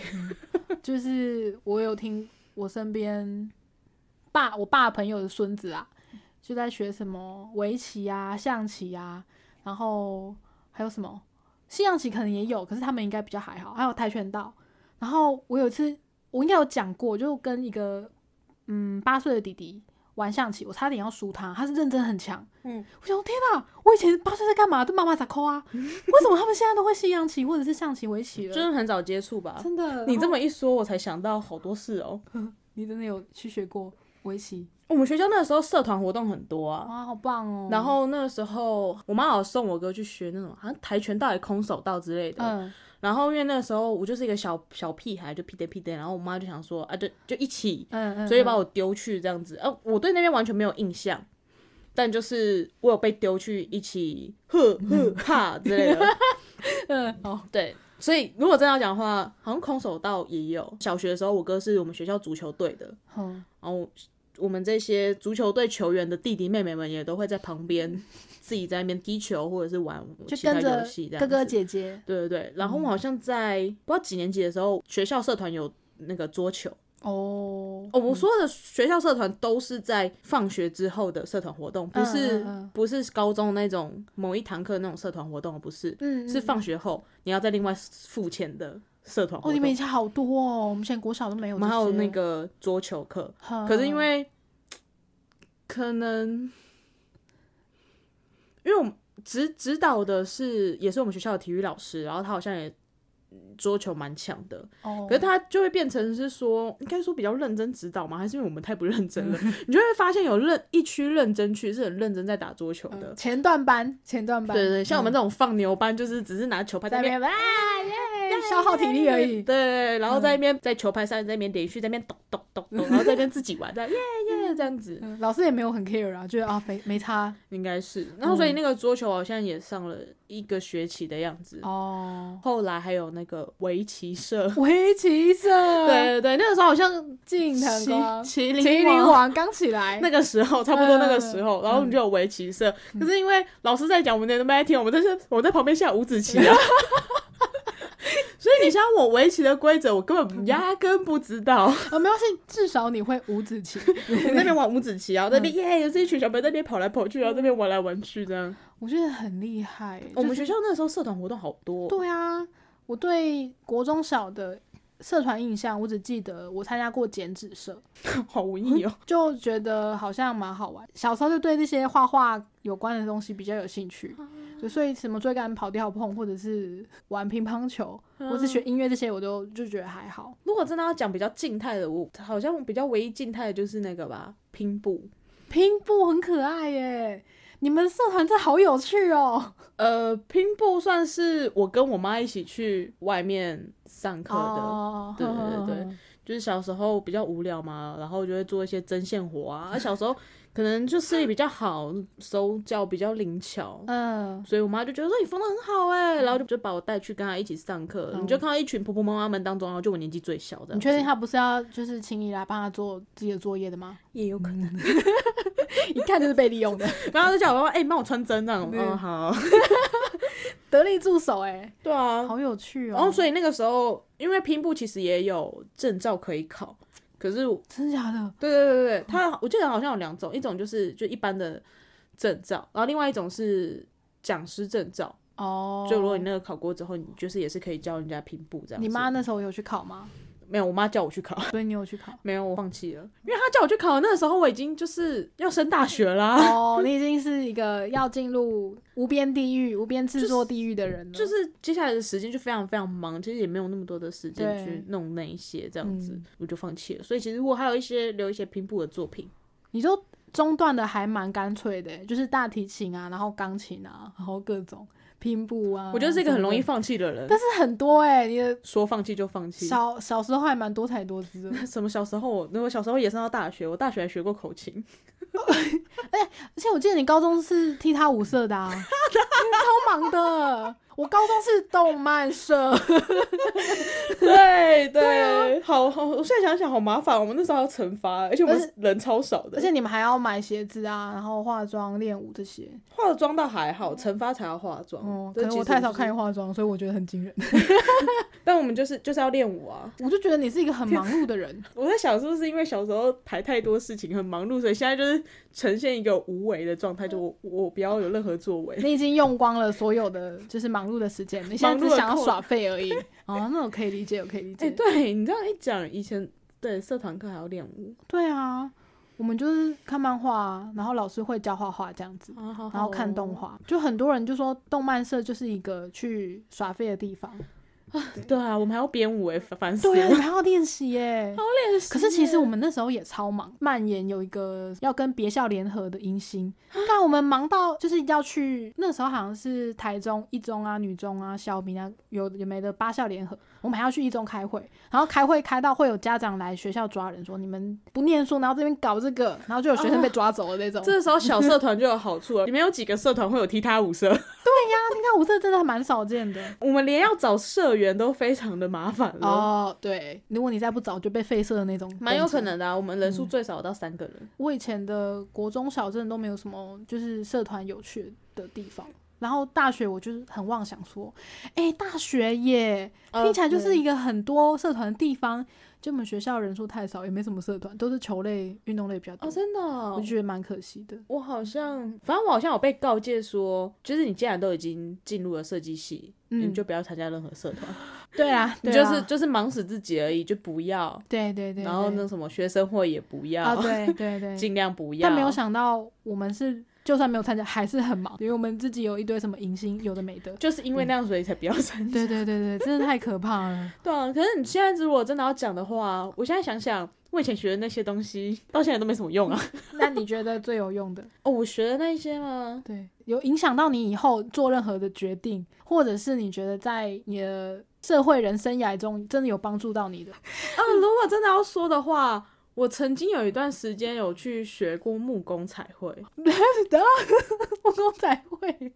S2: 就是我有听我身边爸我爸朋友的孙子啊，就在学什么围棋啊、象棋啊，然后还有什么西洋棋可能也有，可是他们应该比较还好，还有跆拳道。然后我有一次我应该有讲过，就跟一个嗯八岁的弟弟玩象棋，我差点要输他，他是认真很强。
S1: 嗯，
S2: 我想说天哪，我以前八岁在干嘛？都妈妈咋抠啊？为什么他们现在都会西洋棋或者是象棋、围棋
S1: 就
S2: 了？
S1: 是很早接触吧。
S2: 真的，
S1: 你
S2: 然后
S1: 这么一说，我才想到好多事哦、
S2: 你真的有去学过围棋？
S1: 我们学校那个时候社团活动很多啊，
S2: 哇，好棒哦！
S1: 然后那个时候我妈老送我哥去学那种好像跆拳道、空手道之类的。
S2: 嗯，
S1: 然后因为那个时候我就是一个小小屁孩，就屁颠屁颠，然后我妈就想说啊，就就一起，
S2: 嗯嗯，
S1: 所以把我丢去这样子。呃、我对那边完全没有印象，但就是我有被丢去一起呵呵哈之类的。
S2: 嗯好
S1: 对，所以如果真的要讲的话，好像空手道也有。小学的时候，我哥是我们学校足球队的，
S2: 好
S1: 然后我们这些足球队球员的弟弟妹妹们也都会在旁 边自己在那边踢球或者是玩
S2: 就
S1: 其他
S2: 跟
S1: 游
S2: 着
S1: 戏这样
S2: 哥哥
S1: 子
S2: 姐嗯姐
S1: 对对对，然后我好像在、不知道几年级的时候，学校社团有那个桌球。
S2: 哦
S1: 哦，我说的学校社团都是在放学之后的社团活动，不
S2: 嗯
S1: 是、
S2: 嗯嗯
S1: 不是高中那种某一堂课那种社团活动，不是，
S2: 嗯
S1: 是放学后你要再另外付钱的社团活
S2: 哦，
S1: 动。
S2: 你们以前好多哦，我们以前国小都没有
S1: 我
S2: 这
S1: 们
S2: 些，哦
S1: 还有那个桌球课，
S2: 哼，
S1: 可是因为可能，因为我们指指导的是也是我们学校的体育老师，然后他好像也嗯桌球蛮强的，
S2: 哦，
S1: 可是他就会变成是说，应该说比较认真指导吗？还是因为我们太不认真了？ 你就会发现有认一区认真区是很认真在打桌球的
S2: 嗯。前段班前段班，
S1: 对对，像我们
S2: 嗯
S1: 这种放牛班，就是只是拿球拍在
S2: 在
S1: 那
S2: 那
S1: 边
S2: 边啊耶，消耗体力而已
S1: 对，对
S2: 嗯
S1: 对，然后在那边在球拍上在那边连续在那边咚咚咚咚，然后在那边自己玩，这样 耶耶这样子。
S2: 嗯老师也没有很 care 啊，觉得啊没没差
S1: 应该是。然后所
S2: 嗯
S1: 以那个桌球好像也上了一个学期的样子。
S2: 哦，
S1: 后来还有那个围棋社，
S2: 围棋社，
S1: 对对对，那个时候好像
S2: 近藤光
S1: 麒。麒麟
S2: 麒麟
S1: 王
S2: 王刚起来，
S1: 那个时候差不多那个时候，然后我们就有围棋社。可是因为老师在讲，我们在那边听，我们但是我在旁边下五子棋啊， 所以你像我围棋的规则，我根本压根不知道。
S2: 呃，没关系，至少你会五子棋。
S1: 我那边玩五子棋，然后那边耶，有这一群小朋友在那边跑来跑去，然啊后那边玩来玩去这样。
S2: 我觉得很厉害。
S1: 嗯我们
S2: 就
S1: 学
S2: 是
S1: 校那时候社团活动好多，
S2: 对啊，我对国中小的社团印象，我只记得我参加过剪纸社，
S1: 好文艺哦。
S2: 就觉得好像蛮好玩。小时候就对这些画画有关的东西比较有兴趣，
S1: 啊
S2: 就所以什么追赶、跑跳碰，或者是玩乒乓球，或是
S1: 嗯
S2: 学音乐这些，我都就觉得还好。
S1: 如果真的要讲比较静态的，我好像比较唯一静态的就是那个吧，拼布。
S2: 拼布很可爱耶，你们社团真的好有趣哦。
S1: 呃，拼布算是我跟我妈一起去外面上课的，
S2: 哦
S1: 对对对对，就是小时候比较无聊嘛，然后就会做一些针线活啊。啊小时候可能就视力比较好，手脚比较灵巧，
S2: 嗯，
S1: 所以我妈就觉得说你缝的很好哎、然后就就把我带去跟她一起上课。
S2: 嗯
S1: 你就看到一群婆婆妈妈们当中，然后就我年纪最小的，
S2: 你确定他不是要就是请你来帮他做自己的作业的吗？嗯
S1: 也有可能。
S2: 一看就是被 利用的，
S1: 然后她就叫我妈妈，哎、帮我穿针这样。
S2: 对
S1: 嗯，好。
S2: 得力助手哎，
S1: 对啊，
S2: 好 有趣哦。
S1: 然后所以那个时候，因为拼布其实也有证照可以考，可是
S2: 真的假的？
S1: 对对对对，
S2: 嗯
S1: 它我记得好像有两种，一种就是就一般的证照，然后另外一种是讲师证照。
S2: 哦，
S1: 就如果你那个考过之后，你就是也是可以教人家拼布这样子。
S2: 你妈那时候有去考吗？
S1: 没有，我妈叫我去考，
S2: 所以你有 去考
S1: 没有，我放弃了，因为她叫我去考，那个时候我已经就是要升大学啦，
S2: 哦，你已经是一个要进入无边地狱、无边制作地狱的人了，
S1: 就是接下来的时间就非常非常忙，其实也没有那么多的时间
S2: 对
S1: 去弄那一些这样子，
S2: 嗯
S1: 我就放弃了。所以其实我还有一些留一些拼布的作品，
S2: 你就中断的还蛮干脆的，欸就是大提琴啊，然后钢琴啊，然后各种拼布啊，
S1: 我觉得是一个很容易
S2: 什么
S1: 放弃的
S2: 的，
S1: 人，
S2: 但是很多哎、你的
S1: 说放弃就放弃。
S2: 小小时候还蛮多才多姿 的，
S1: 什么小时候我？那我小时候也上到大学，我大学还学过口琴，
S2: 而且我记得你高中是踢踏舞社的啊，超忙的。我高中是动漫社，
S1: 对对，好好，我现在想想好麻烦，我们那时候还要惩罚，而且我
S2: 而
S1: 们人超少
S2: 而
S1: 的，
S2: 且你们还要买鞋子啊，然后化妆、练舞这些。
S1: 化妆倒还好，惩罚才要化妆。
S2: 哦，可
S1: 对
S2: 能
S1: 其
S2: 我
S1: 实
S2: 太少
S1: 就是
S2: 看你化妆，所以我觉得很 惊人。
S1: 但我们就是就是要练舞啊！
S2: 我就觉得你是一个很忙碌 的人，
S1: 我在想是不是因为小时候排太多事情很忙碌，所以现在就是呈现一个无为的状态，就我我不要有任何作为。
S2: 你已经用光了所有的就是忙碌的时间，你现在只想要耍废而已。 哦，那我可以理解，我可以理
S1: 哎、
S2: 解。
S1: 对你这样一讲，以前对社团课还要练舞
S2: 对啊，我们就是看漫画啊，然后老师会教画画这样子，
S1: 啊，好
S2: 然后看动画。
S1: 哦
S2: 就很多人就说动漫社就是一个去耍废的地方。
S1: 对啊，我们还要编舞哎、烦死
S2: 对啊，
S1: 了！
S2: 你们还要练习耶。
S1: 练习
S2: 可是其实我们那时候也超忙，蔓延有一个要跟别校联合的迎新，但我们忙到就是要去，那时候好像是台中一中啊、女中啊、校民啊，有有没的八校联合，我们还要去一中开会，然后开会开到会有家长来学校抓人，说你们不念书，然后这边搞这个，然后就有学生被抓走了那种。
S1: 这个时候小社团就有好处了，里面有几个社团会有踢踏舞 社，
S2: 你看我这真的蛮少见的。
S1: 我们连要找社员都非常的麻烦了。
S2: 哦，对，如果你再不找就被废社的那种，
S1: 蛮有可。能的、啊，我们人数最少到三个人。
S2: 我以前的国中小镇都没有什么就是社团有趣的地方，然后大学我就是很妄想说，哎、大学耶，
S1: 呃
S2: 听起来就是一个很多社团的地方。就我们学校人数太少，也没什么社团，都是球类、运动类比较多，
S1: 哦，真的哦、
S2: 我就觉得蛮可惜的。
S1: 我好像，反正我好像有被告诫说，就是你既然都已经进入了设计系，
S2: 嗯
S1: 你就不要参加任何社 团，
S2: 对啊，
S1: 你
S2: 对
S1: 就
S2: 啊
S1: 是就是忙死自己而已，就不要。
S2: 对对对，
S1: 然后那
S2: 对？
S1: 什么学生会也不要，
S2: 啊，对 对对，
S1: 尽量不要。
S2: 但没有，想到我们是就算没有参加，还是很忙，因为我们自己有一堆什么迎新，有的没的。
S1: 就是因为那样，所以才不要参加。
S2: 嗯对对对对，真的太可 怕了。
S1: 对啊，可是你现在如果真的要讲的话，我现在想想，我以前学的那些东西，到现在都没什么 用啊。
S2: 那你觉得最有用的？
S1: 哦，我学的那一些吗？
S2: 对，有影响到你以后做任何的决定，或者是你觉得在你的社会人生涯中真的有帮助到你的。
S1: 啊，如果真的要说的话，我曾经有一段时间有去学过木工彩 绘，
S2: 我公仔会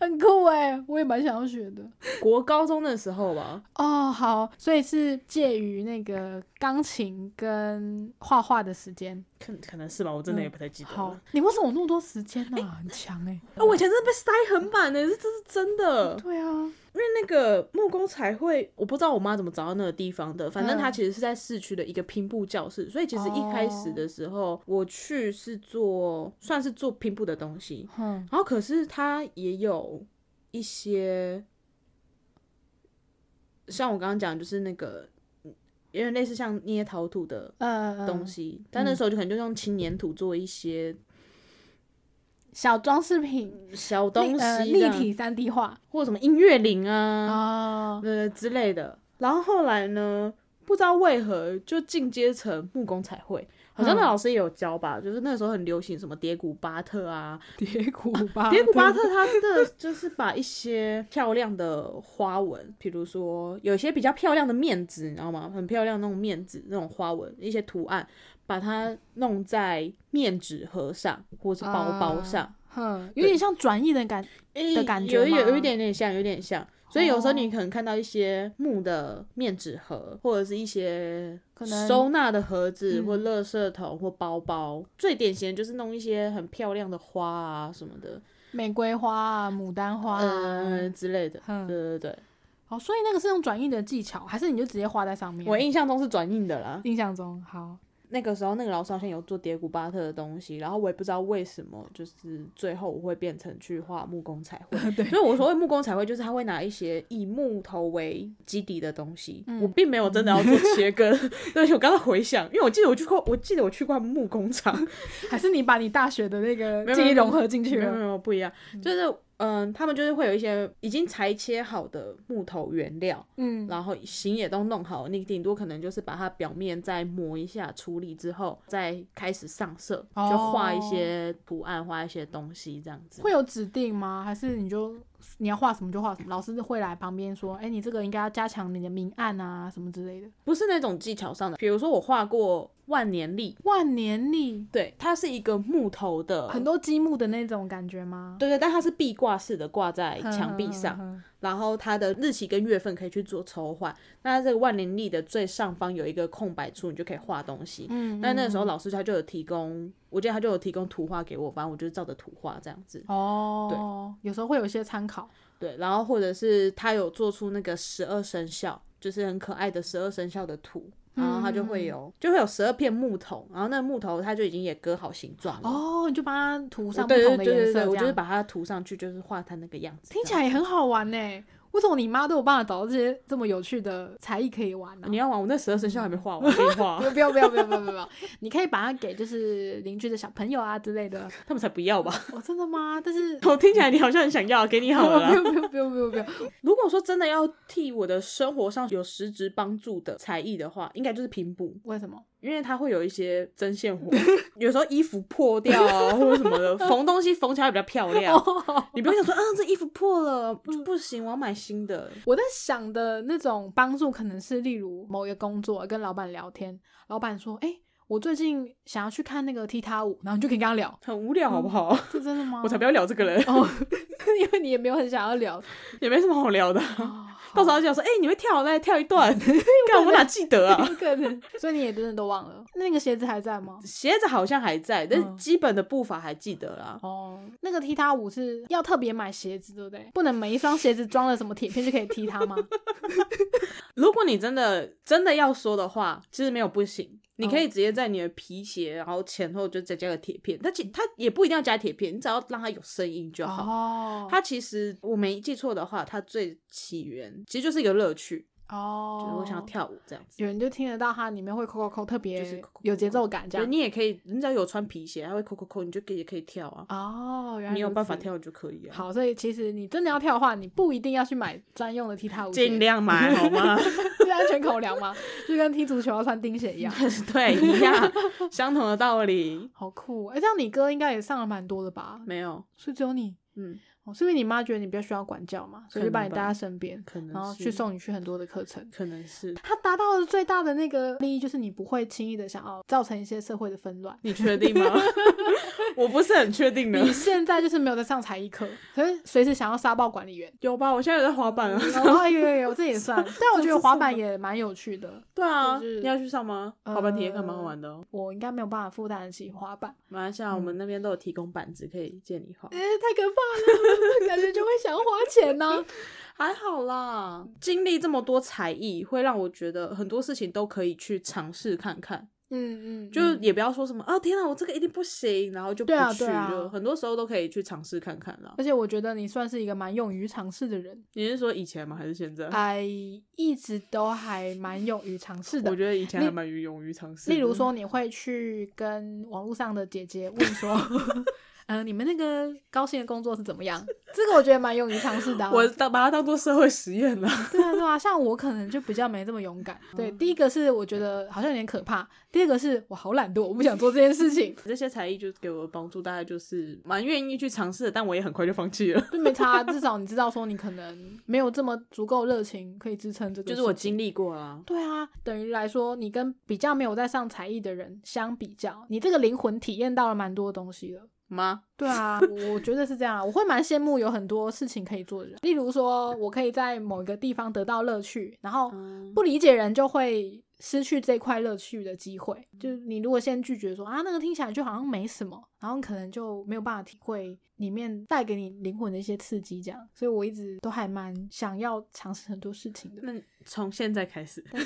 S2: 很酷哎，我也蛮想要学的。
S1: 国高中的时候吧。
S2: 哦，好，所以是介于那个钢琴跟画画的时间。
S3: 可可能是吧，我真的也不太记得
S2: 嗯好
S3: 了。，
S2: 你为什么有那么多时间呢、很强 哎、
S1: 啊我以前真的被塞很满的，这这是真的。
S2: 对啊，
S1: 因为那个木工彩绘，我不知道我妈怎么找到那个地方的，反正
S2: 嗯
S1: 她其实是在市区的一个拼布教室，所以其实一开始
S2: 哦
S1: 的时候、我去是做算是做拼布的东西，
S2: 嗯，
S1: 然后可是它也有一些，像我刚刚讲，就是那个嗯有点类似像捏陶土的
S2: 呃，
S1: 东西，但那时候就可能就用轻粘土做一些
S2: 小装饰品，
S1: 小东西、
S2: 立呃立体三 D 画
S1: 或者什么音乐铃啊，
S2: 哦，
S1: 呃之类的。然后后来呢，不知道为何就进阶成木工彩绘，好像那
S2: 嗯
S1: 老师也有教吧，就是那时候很流行什么蝶谷巴特啊，
S2: 蝶谷巴
S1: 蝶谷巴特他的就是把一些漂亮的花纹，比如说有一些比较漂亮的面纸，你知道吗？很漂亮那种面纸那种花纹，一些图案，把它弄在面纸盒上或是包包上。，
S2: 啊哼，有点像转译的感觉，
S1: 啊诶
S2: 的感
S1: 有
S2: 觉
S1: 一有有
S2: 吗
S1: 一点点像，有点像。所以有时候你
S2: 哦
S1: 可能看到一些木的面纸盒，或者是一些
S2: 可能
S1: 收纳的盒子，
S2: 嗯
S1: 或垃圾桶或包包。最典型的就是弄一些很漂亮的花啊什么的，
S2: 玫瑰花啊，牡丹花啊，
S1: 嗯之类的。对
S2: 哼，
S1: 对对，
S2: 哦，所以那个是用转印的技巧，还是你就直接画在上面？
S1: 我印象中是转印的啦。
S2: 印象中好，
S1: 那个时候那个老师好像有做蝶谷巴特的东西，然后我也不知道为什么，就是最后我会变成去画木工彩绘。
S2: 对
S1: 所以我所谓木工彩绘，就是他会拿一些以木头为基底的东西。
S2: 嗯
S1: 我并没有真的要做切割， 对，我刚刚回想，因为我记得我去过，我记得我去过木工厂，
S2: 还是你把你大学的那个
S1: 没有
S2: 记
S1: 没
S2: 忆
S1: 有
S2: 融合进去
S1: 没有
S2: 了
S1: 没？有不一样，就是嗯，他们就是会有一些已经裁切好的木头原料，
S2: 嗯，
S1: 然后形也都弄好了，你顶多可能就是把它表面再磨一下、处理之后，再开始上色，
S2: 哦
S1: 就画一些图案、画一些东西这样子。
S2: 会有指定吗？还是你就你要画什么就画什么？老师会来旁边说，哎、你这个应该要加强你的明暗啊，什么之类的。
S1: 不是那种技巧上的，比如说我画过万年历，
S2: 万年历，
S1: 对，它是一个木头的，
S2: 很多积木的那种感觉吗？
S1: 对对，但它是壁挂式的挂在墙壁上，
S2: 哼，哼哼
S1: 然后它的日期跟月份可以去做抽换。那这个万年历的最上方有一个空白处，你就可以画东西。
S2: 嗯，
S1: 那那个时候
S2: 嗯
S1: 老师他就有提供，我记得他就有提供图画给我，反正我就照着图画这样子。
S2: 嗯哦，有时候会有一些参考。
S1: 对，然后或者是他有做出那个十二生肖，就是很可爱的十二生肖的图，然后他就
S2: 嗯
S1: 会有、就会有十二片木头，然后那个木头它就已经也割好形状了。
S2: 哦，你就把它涂上不
S1: 对对
S2: 同的
S1: 对
S2: 颜
S1: 对
S2: 色，这
S1: 对，
S2: 样
S1: 我就是把它涂上去，就是画它那个样子。
S2: 听起
S1: 这样
S2: 来也很好玩呢。为什么你妈都有办法找到这些这么有趣的才艺可以玩啊 呢、
S1: 你要玩，我那十二生肖还没画 完，我给你画
S2: 不，要不要不要不要不要不要！你可以把它给就是邻居的小朋友啊之类的。
S1: 他们才不要吧？
S2: 哦，真的吗？但是
S1: 我听起来你好像很想要，给你好
S2: 不
S1: 了啦。
S2: 用不用不用不用不用，
S1: 如果说真的要替我的生活上有实质帮助的才艺的话，应该就是拼布。
S2: 为什么？
S1: 因为它会有一些针线活， 有时候衣服破掉啊，或者什么的，缝东西缝起来比较漂
S2: 哦
S1: 亮。你不要想说，啊，这衣服破了就不行，我要买新的。
S2: 我在想的那种帮助，可能是例如某一个工作，跟老板聊天，老板说：“哎、我最近想要去看那个踢踏舞。”然后你就可以跟他聊，
S1: 很无聊，好不好？
S2: 这真的吗？
S1: 我才不 要聊这个人，
S2: 嗯哦，因为你也没有很想要聊。
S1: 也没什么好聊的。
S2: 哦
S1: 到时候就想说，哎、你会跳，来跳一 段。 干，我哪记得啊？
S2: 有 可能，所以你也真的都忘了。那个鞋子还在 吗？
S1: 鞋子好像还在，但是
S2: 嗯
S1: 基本的步伐还记得啦。
S2: 哦，那个踢踏舞是要特别买鞋子，对不对？不能每一双鞋子装了什么铁片就可以踢 它吗？
S1: 如果你真的真的要说的话，其实没有不行，你
S2: 嗯
S1: 可以直接在你的皮鞋，然后前后就再加个铁片。它其它也不一定要加铁片，你只要让它有声音就好。
S2: 哦，
S1: 它其实我没记错的话，它最起源其实就是一个乐趣，
S2: 哦，
S1: 就是我想要跳舞这样子。
S2: 有人就听得到它里面会扣扣扣，特
S1: 就是
S2: 别
S1: 扣扣扣
S2: 有节奏感这
S1: 对，
S2: 样。
S1: 你也可以，你只要有穿皮鞋，它会扣扣扣，你就可以也可以跳啊。
S2: 哦，原来
S1: 你有
S2: 如
S1: 办法
S2: 此。
S1: 跳就可以啊。，
S2: 好，所以其实你真的要跳的话，你不一定要去买专用的踢踏舞鞋，
S1: 尽量买好吗？
S2: 是安全考量嘛，就跟踢足球要穿钉鞋一 样。
S1: 对，一样，相同的道理。
S2: 哦好酷！哎、这样你哥应该也上了蛮多的吧？
S1: 没有，
S2: 是只有你
S1: 嗯，
S2: 哦，是因为你妈觉得你比较需要管教嘛，所以就把你带在身边，
S1: 可能
S2: 然后
S1: 是
S2: 去送你去很多的课程。
S1: 可能是
S2: 它达到的最大的那个利益就是你不会轻易的想要造成一些社会的纷乱。
S1: 你确定 吗？我不是很确定的。
S2: 你现在就是没有在上才艺课，可是随时想要杀爆管理员。
S1: 有吧？我现在有在滑板啊。
S2: 哦，哎呦呦呦，这也算。 但我觉得滑板也蛮有趣的，
S1: 对啊，
S2: 就是
S1: 你要去上吗？
S2: 呃
S1: 滑板体验课蛮好玩的哦。
S2: 我应该没有办法负担得起滑板。
S1: 马来西啊亚我
S2: 嗯
S1: 们那边都有提供板子可以借你滑
S2: 哎、，太可怕了，感 觉就会想花钱 呢、
S1: 还好啦。经历这么多才艺，会让我觉得很多事情都可以去尝试看看。
S2: 嗯嗯，
S1: 就也不要说什么啊，天啊，我这个一定不行，然后就不
S2: 对啊
S1: 去
S2: 对啊
S1: 了。很多时候都可以去尝试看看啦。
S2: 而且我觉得你算是一个蛮勇于尝试的人，
S1: 你是说以前吗？还是现在？
S2: 哎，一直都还蛮勇于尝试
S1: 我
S2: 的。
S1: 觉得以前
S2: 例
S1: 还蛮于勇于尝试的。
S2: 例如说，你会去跟网络上的姐姐问 说，呃，你们那个高薪的工作是怎么样？这个我觉得蛮勇于尝试的啊、
S1: 我当把它当做社会实验了。
S2: 对啊，对啊，像我可能就比较没这么勇敢。对，第一个是我觉得好像有点可怕，第二个是我好懒惰，我不想做这件事 情，
S1: 这些才艺就给我的帮助，大概就是蛮愿意去尝试的，但我也很快就放弃了。
S2: 就没差。啊至少你知道说你可能没有这么足够热情可以支撑这个，
S1: 就是我经。历过 啦，
S2: 对啊，等于来说，你跟比较没有在上才艺的人相比较，你这个灵魂体验到了蛮多东西的。
S1: 妈，
S2: 对啊，我我觉得是这样啊，我会蛮羡慕有很多事情可以做的人，例如说，我可以在某一个地方得到乐趣，然后不理解人就会失去这块乐趣的机会。就是你如果先拒绝说啊，那个听起来就好像没什么，然后可能就没有办法体会里面带给你灵魂的一些刺激，这样。所以我一直都还蛮想要尝试很多事情的，
S1: 那从现在开始，
S2: 但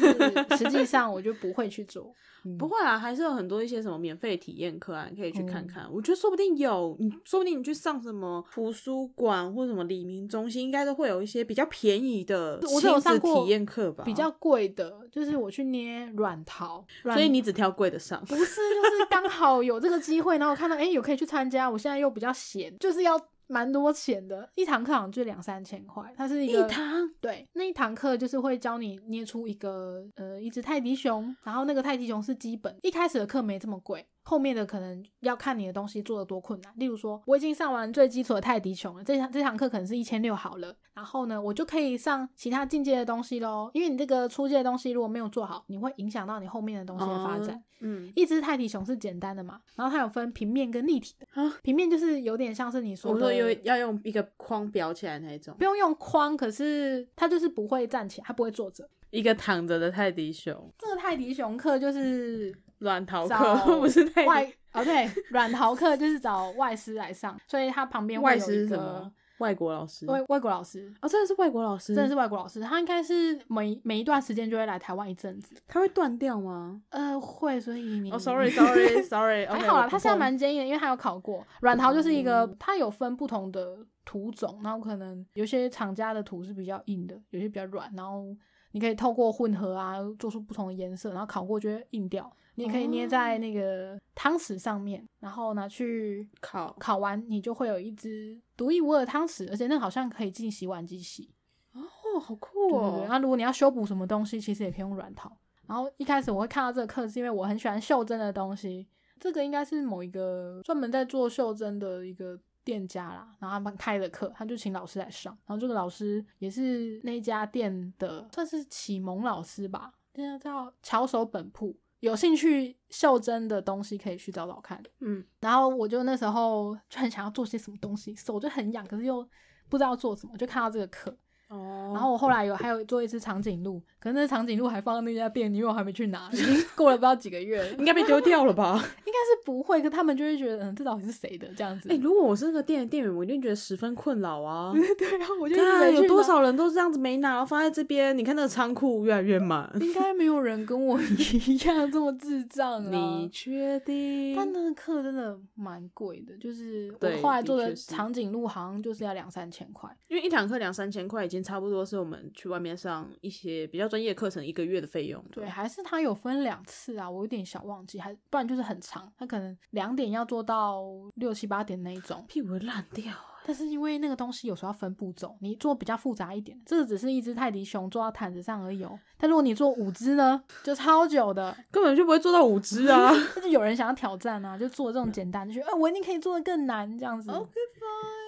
S2: 是实际上我就不会去做。
S1: 不会啦，还是有很多一些什么免费体验课啊，你可以去看看。我觉得说不定有，你说不定你去上什么图书馆或什么李明中心，应该都会有一些比较便宜的
S2: 我只有
S1: 亲
S2: 上
S1: 子
S2: 过
S1: 体验课吧，
S2: 比较。贵的，就是我去捏软陶，软
S1: 所以你只挑贵的上，
S2: 不是，就是刚好有这个机会，然后我看到哎、诶有可以去参加，我现在又比较闲，就是要蛮多钱的，一堂课好像就两三千块，它是一个
S1: 一堂
S2: 对，那一堂课就是会教你捏出一个呃一只泰迪熊，然后那个泰迪熊是基本，一开始的课没这么贵，后面的可能要看你的东西做的多困难。例如说，我已经上完最基础的泰迪熊了，这堂这堂课可能是一千六好了，然后呢，我就可以上其他进阶的东西喽，因为你这个初阶的东西如果没有做好，你会影响到你后面的东西的发展。
S1: 哦嗯，
S2: 一只泰迪熊是简单的嘛，然后它有分平面跟立体的
S1: 啊。
S2: 平面就是有点像是你 说
S1: 我
S2: 的，
S1: 说有要用一个框裱起来那种
S2: 不，用用框，可是它就是不会站起来，它不会坐着。
S1: 一个躺着的泰迪熊，
S2: 这个泰迪熊课就是
S1: 软陶
S2: 找
S1: 课 不是泰迪
S2: 外哦对，软陶课就是找外师来上，所以它旁边会
S1: 外
S2: 有
S1: 师
S2: 一
S1: 是什
S2: 个
S1: 么？外国老师
S2: 外外国老师。
S1: 哦，真的是外国老师，
S2: 真的是外国老师，他应该是每每一段时间就会来台湾一阵子。
S1: 他会断掉吗？
S2: 呃，会，所以你
S1: 哦，sorry，sorry，sorry，
S2: 还好啦，它现在
S1: 在
S2: 蛮坚硬的，因为它有烤过。软陶就是一个，它有分不同的土种，然后可能有些厂家的土是比较硬的，有些比较软，然后你可以透过混合啊，做出不同的颜色，然后烤过就会硬掉。你也可以捏在那个汤匙上面，然后拿去
S1: 烤
S2: 烤完，你就会有一只独一无二的汤匙，而且那个好像可以进洗碗机洗。
S1: 哦，好酷
S2: 对对对，
S1: 哦，
S2: 那如果你要修补什么东西，其实也可以用软陶。然后一开始我会看到这个课，是因为我很喜欢袖珍的东西。这个应该是某一个专门在做袖珍的一个店家啦，然后他们开的课，他就请老师来上。然后这个老师也是那一家店的，算是启蒙老师吧，那家叫巧手本铺。有兴趣袖珍的东西可以去找找看。
S1: 嗯，
S2: 然后我就那时候就很想要做些什么东西，手就很痒，可是又不知道做什么，就看到这个课，
S1: 哦，
S2: 然后我后来有还有做一次长颈鹿，可是那长颈鹿还放在那家店里，因为我还没去拿，已 经过了不知道几个月了，应
S1: 应该被丢掉了吧？
S2: 该是不会，可他们就会觉得，嗯，这到底是谁的这样子？
S1: 哎，如果我是那个店的店员，我一定觉得十分困扰 啊。
S2: 对啊，我就一直
S1: 看
S2: 没去
S1: 有多
S2: 拿？
S1: 少人都是这样子没拿，然后放在这边，你看那个仓库越来越满。
S2: 应该没有人跟我 一样这么智障啊！
S1: 你确定？
S2: 但那个课真的蛮贵的，就是我
S1: 对
S2: 后来做
S1: 的
S2: 的
S1: 确是
S2: 长颈鹿好像就是要两三千块，
S1: 因为一堂课两三千块，已经差不多是我们去外面上一些比较专业课程一个月的费用。
S2: 对，，还是它有分两次啊，我有点小忘记，还不然就是很长，它可能两点要做到六七八点那一种。
S1: 屁股会烂掉。
S2: 但是因为那个东西有时候要分步骤，你做比较复杂一点，这个只是一只泰迪熊坐到毯子上而已哦。但如果你做五只呢，就超久的。
S1: 根本就不会做到五只 啊。
S2: 那就有人想要挑战啊，就做这种简单，就觉得，呃，我一定可以做的更难这样子。
S1: OK，fine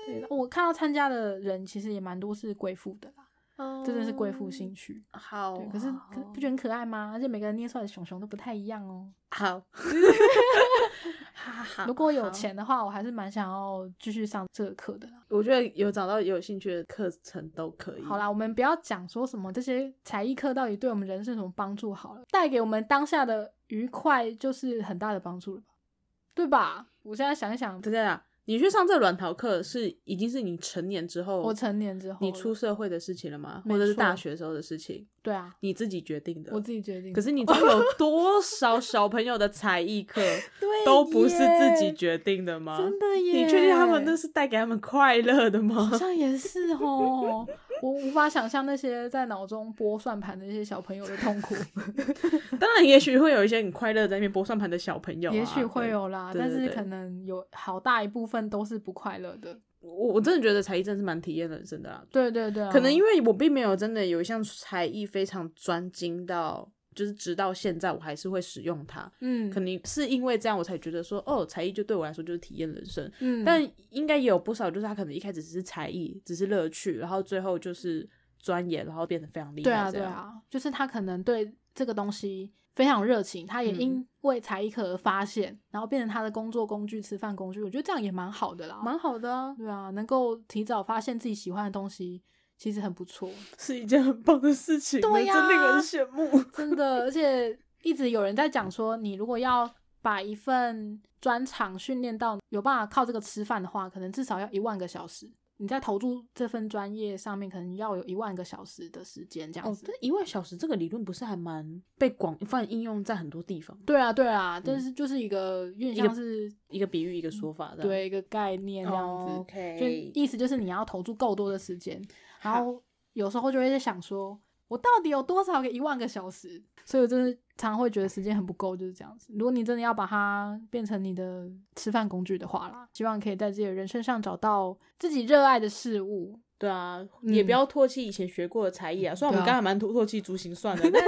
S2: 对，我看到参加的人其实也蛮多是贵妇的啦，
S4: 哦
S2: 真的是贵妇兴趣。
S1: 哦好
S2: 对，可是可是不觉得很可爱吗？而且每个人捏出来的熊熊都不太一样哦。
S1: 好，哈哈
S2: 如果有，钱的话，我还是蛮想要继续上这个课的啦。
S1: 好我觉得有找到有兴趣的课程都可以。
S2: 好，啦，我们不要讲说什么这些才艺课到底对我们人生有什么帮助好了，带给我们当下的愉快就是很大的帮助了吧，对吧？我现在想一想，
S1: 等等啊，你去上这软陶课是已经是你成年之后，
S2: 我成年之后
S1: 你
S2: 了
S1: 出社会的事情了吗？
S2: 没
S1: 或者是大
S2: 错
S1: 学时候的事情，
S2: 对啊，
S1: 你自己决定的。
S2: 我自己决定。
S1: 可是你知道有多少小朋友的才艺课
S2: 对
S1: 都不是自己
S2: 耶
S1: 决定的吗？
S2: 真的耶，
S1: 啊你确定他们那是带给他们快乐的吗
S2: 好？像也是 哦，我无法想象那些在脑中拨算盘的那些小朋友的痛 苦，
S1: 当然，也许会有一些很快乐在那边拨算盘的小朋友、啊，
S2: 也许会
S1: 对。
S2: 有啦，
S1: 对
S2: 但
S1: 对
S2: 是
S1: 对
S2: 可能有好大一部分都是不快乐的。
S1: 我我真的觉得才艺真的是蛮体验人生的啦。
S2: 对对对啊、
S1: 可能因
S2: 为
S1: 为我并没有真的有一项才艺非常专精到，就是直到现在我还是会使用它。
S2: 嗯，
S1: 可能是因为这样，我才觉得说，哦，才艺就对我来说就是体验人生。
S2: 嗯，
S1: 但应该也有不少，就是他可能一开始只是才艺，只是乐趣，然后最后就是钻研，然后变得非常厉害。
S2: 对啊，
S1: 这
S2: 对
S1: 样，
S2: 啊，就是他可能对这个东西非常有热情，他
S1: 嗯
S2: 也因为才艺课而发现，然后变成他的工作工具、吃饭工具。我觉得这样也蛮好的啦，
S1: 蛮好的、啊，
S2: 对啊，能够提早发现自己喜欢的东西，其实很 不错，
S1: 是一件很棒的事情，
S2: 对呀
S1: 真令人羡慕。
S2: 真的。而且一直有人在讲说，你如果要把一份专长训练到有办法靠这个吃饭的话，可能至少要一万个小时。你在投注这份专业上面，可能要有一万个小时的时间这样
S1: 哦
S2: 子。，
S1: 但一万小时这个理论不是还蛮被广泛应用在很多地方，
S2: 对啊，对啊，但是就是一个有点
S1: 个
S2: 像是
S1: 一个比喻，一个说法的。，
S2: 对一个哦概念这样子。就
S1: 哦 OK，
S2: 意思就是你要投注够多的时间，然后有时候就会在想说，我到底有多少个一万个小时？所以我真的常会觉得时间很不够，就是这样子。如果你真的要把它变成你的吃饭工具的话啦，希望可以在自己的人生上找到自己热爱的事物。
S1: 对啊，
S2: 嗯
S1: 也不要唾弃以前学过的才艺啊。虽然我们
S2: 对啊
S1: 刚才蛮唾唾弃珠心算 的，但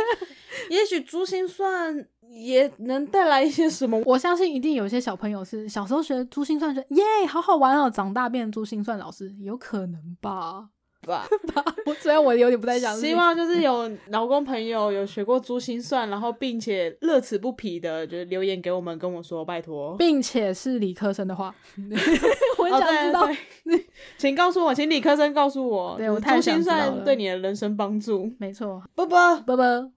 S1: 也许珠心算也能带来一些什么。
S2: 我相信一定有些小朋友是小时候学珠心算，觉得耶好好玩哦，长大变珠心算老师，有可能吧？
S1: 吧
S2: 我虽然我有点不太想，
S1: 希望就是有老公朋友有学过珠心算，然后并且乐此不疲的，就是留言给我们，跟我说，拜托。
S2: 并且是理科生 的话，我很想知道
S1: 哦、对对请告诉我，请理科生告诉我，
S2: 对我
S1: 就是
S2: 太
S1: 珠
S2: 想
S1: 心
S2: 知道了
S1: 算对你的人生帮助。
S2: 没错，
S1: 啵啵。
S2: 拜拜。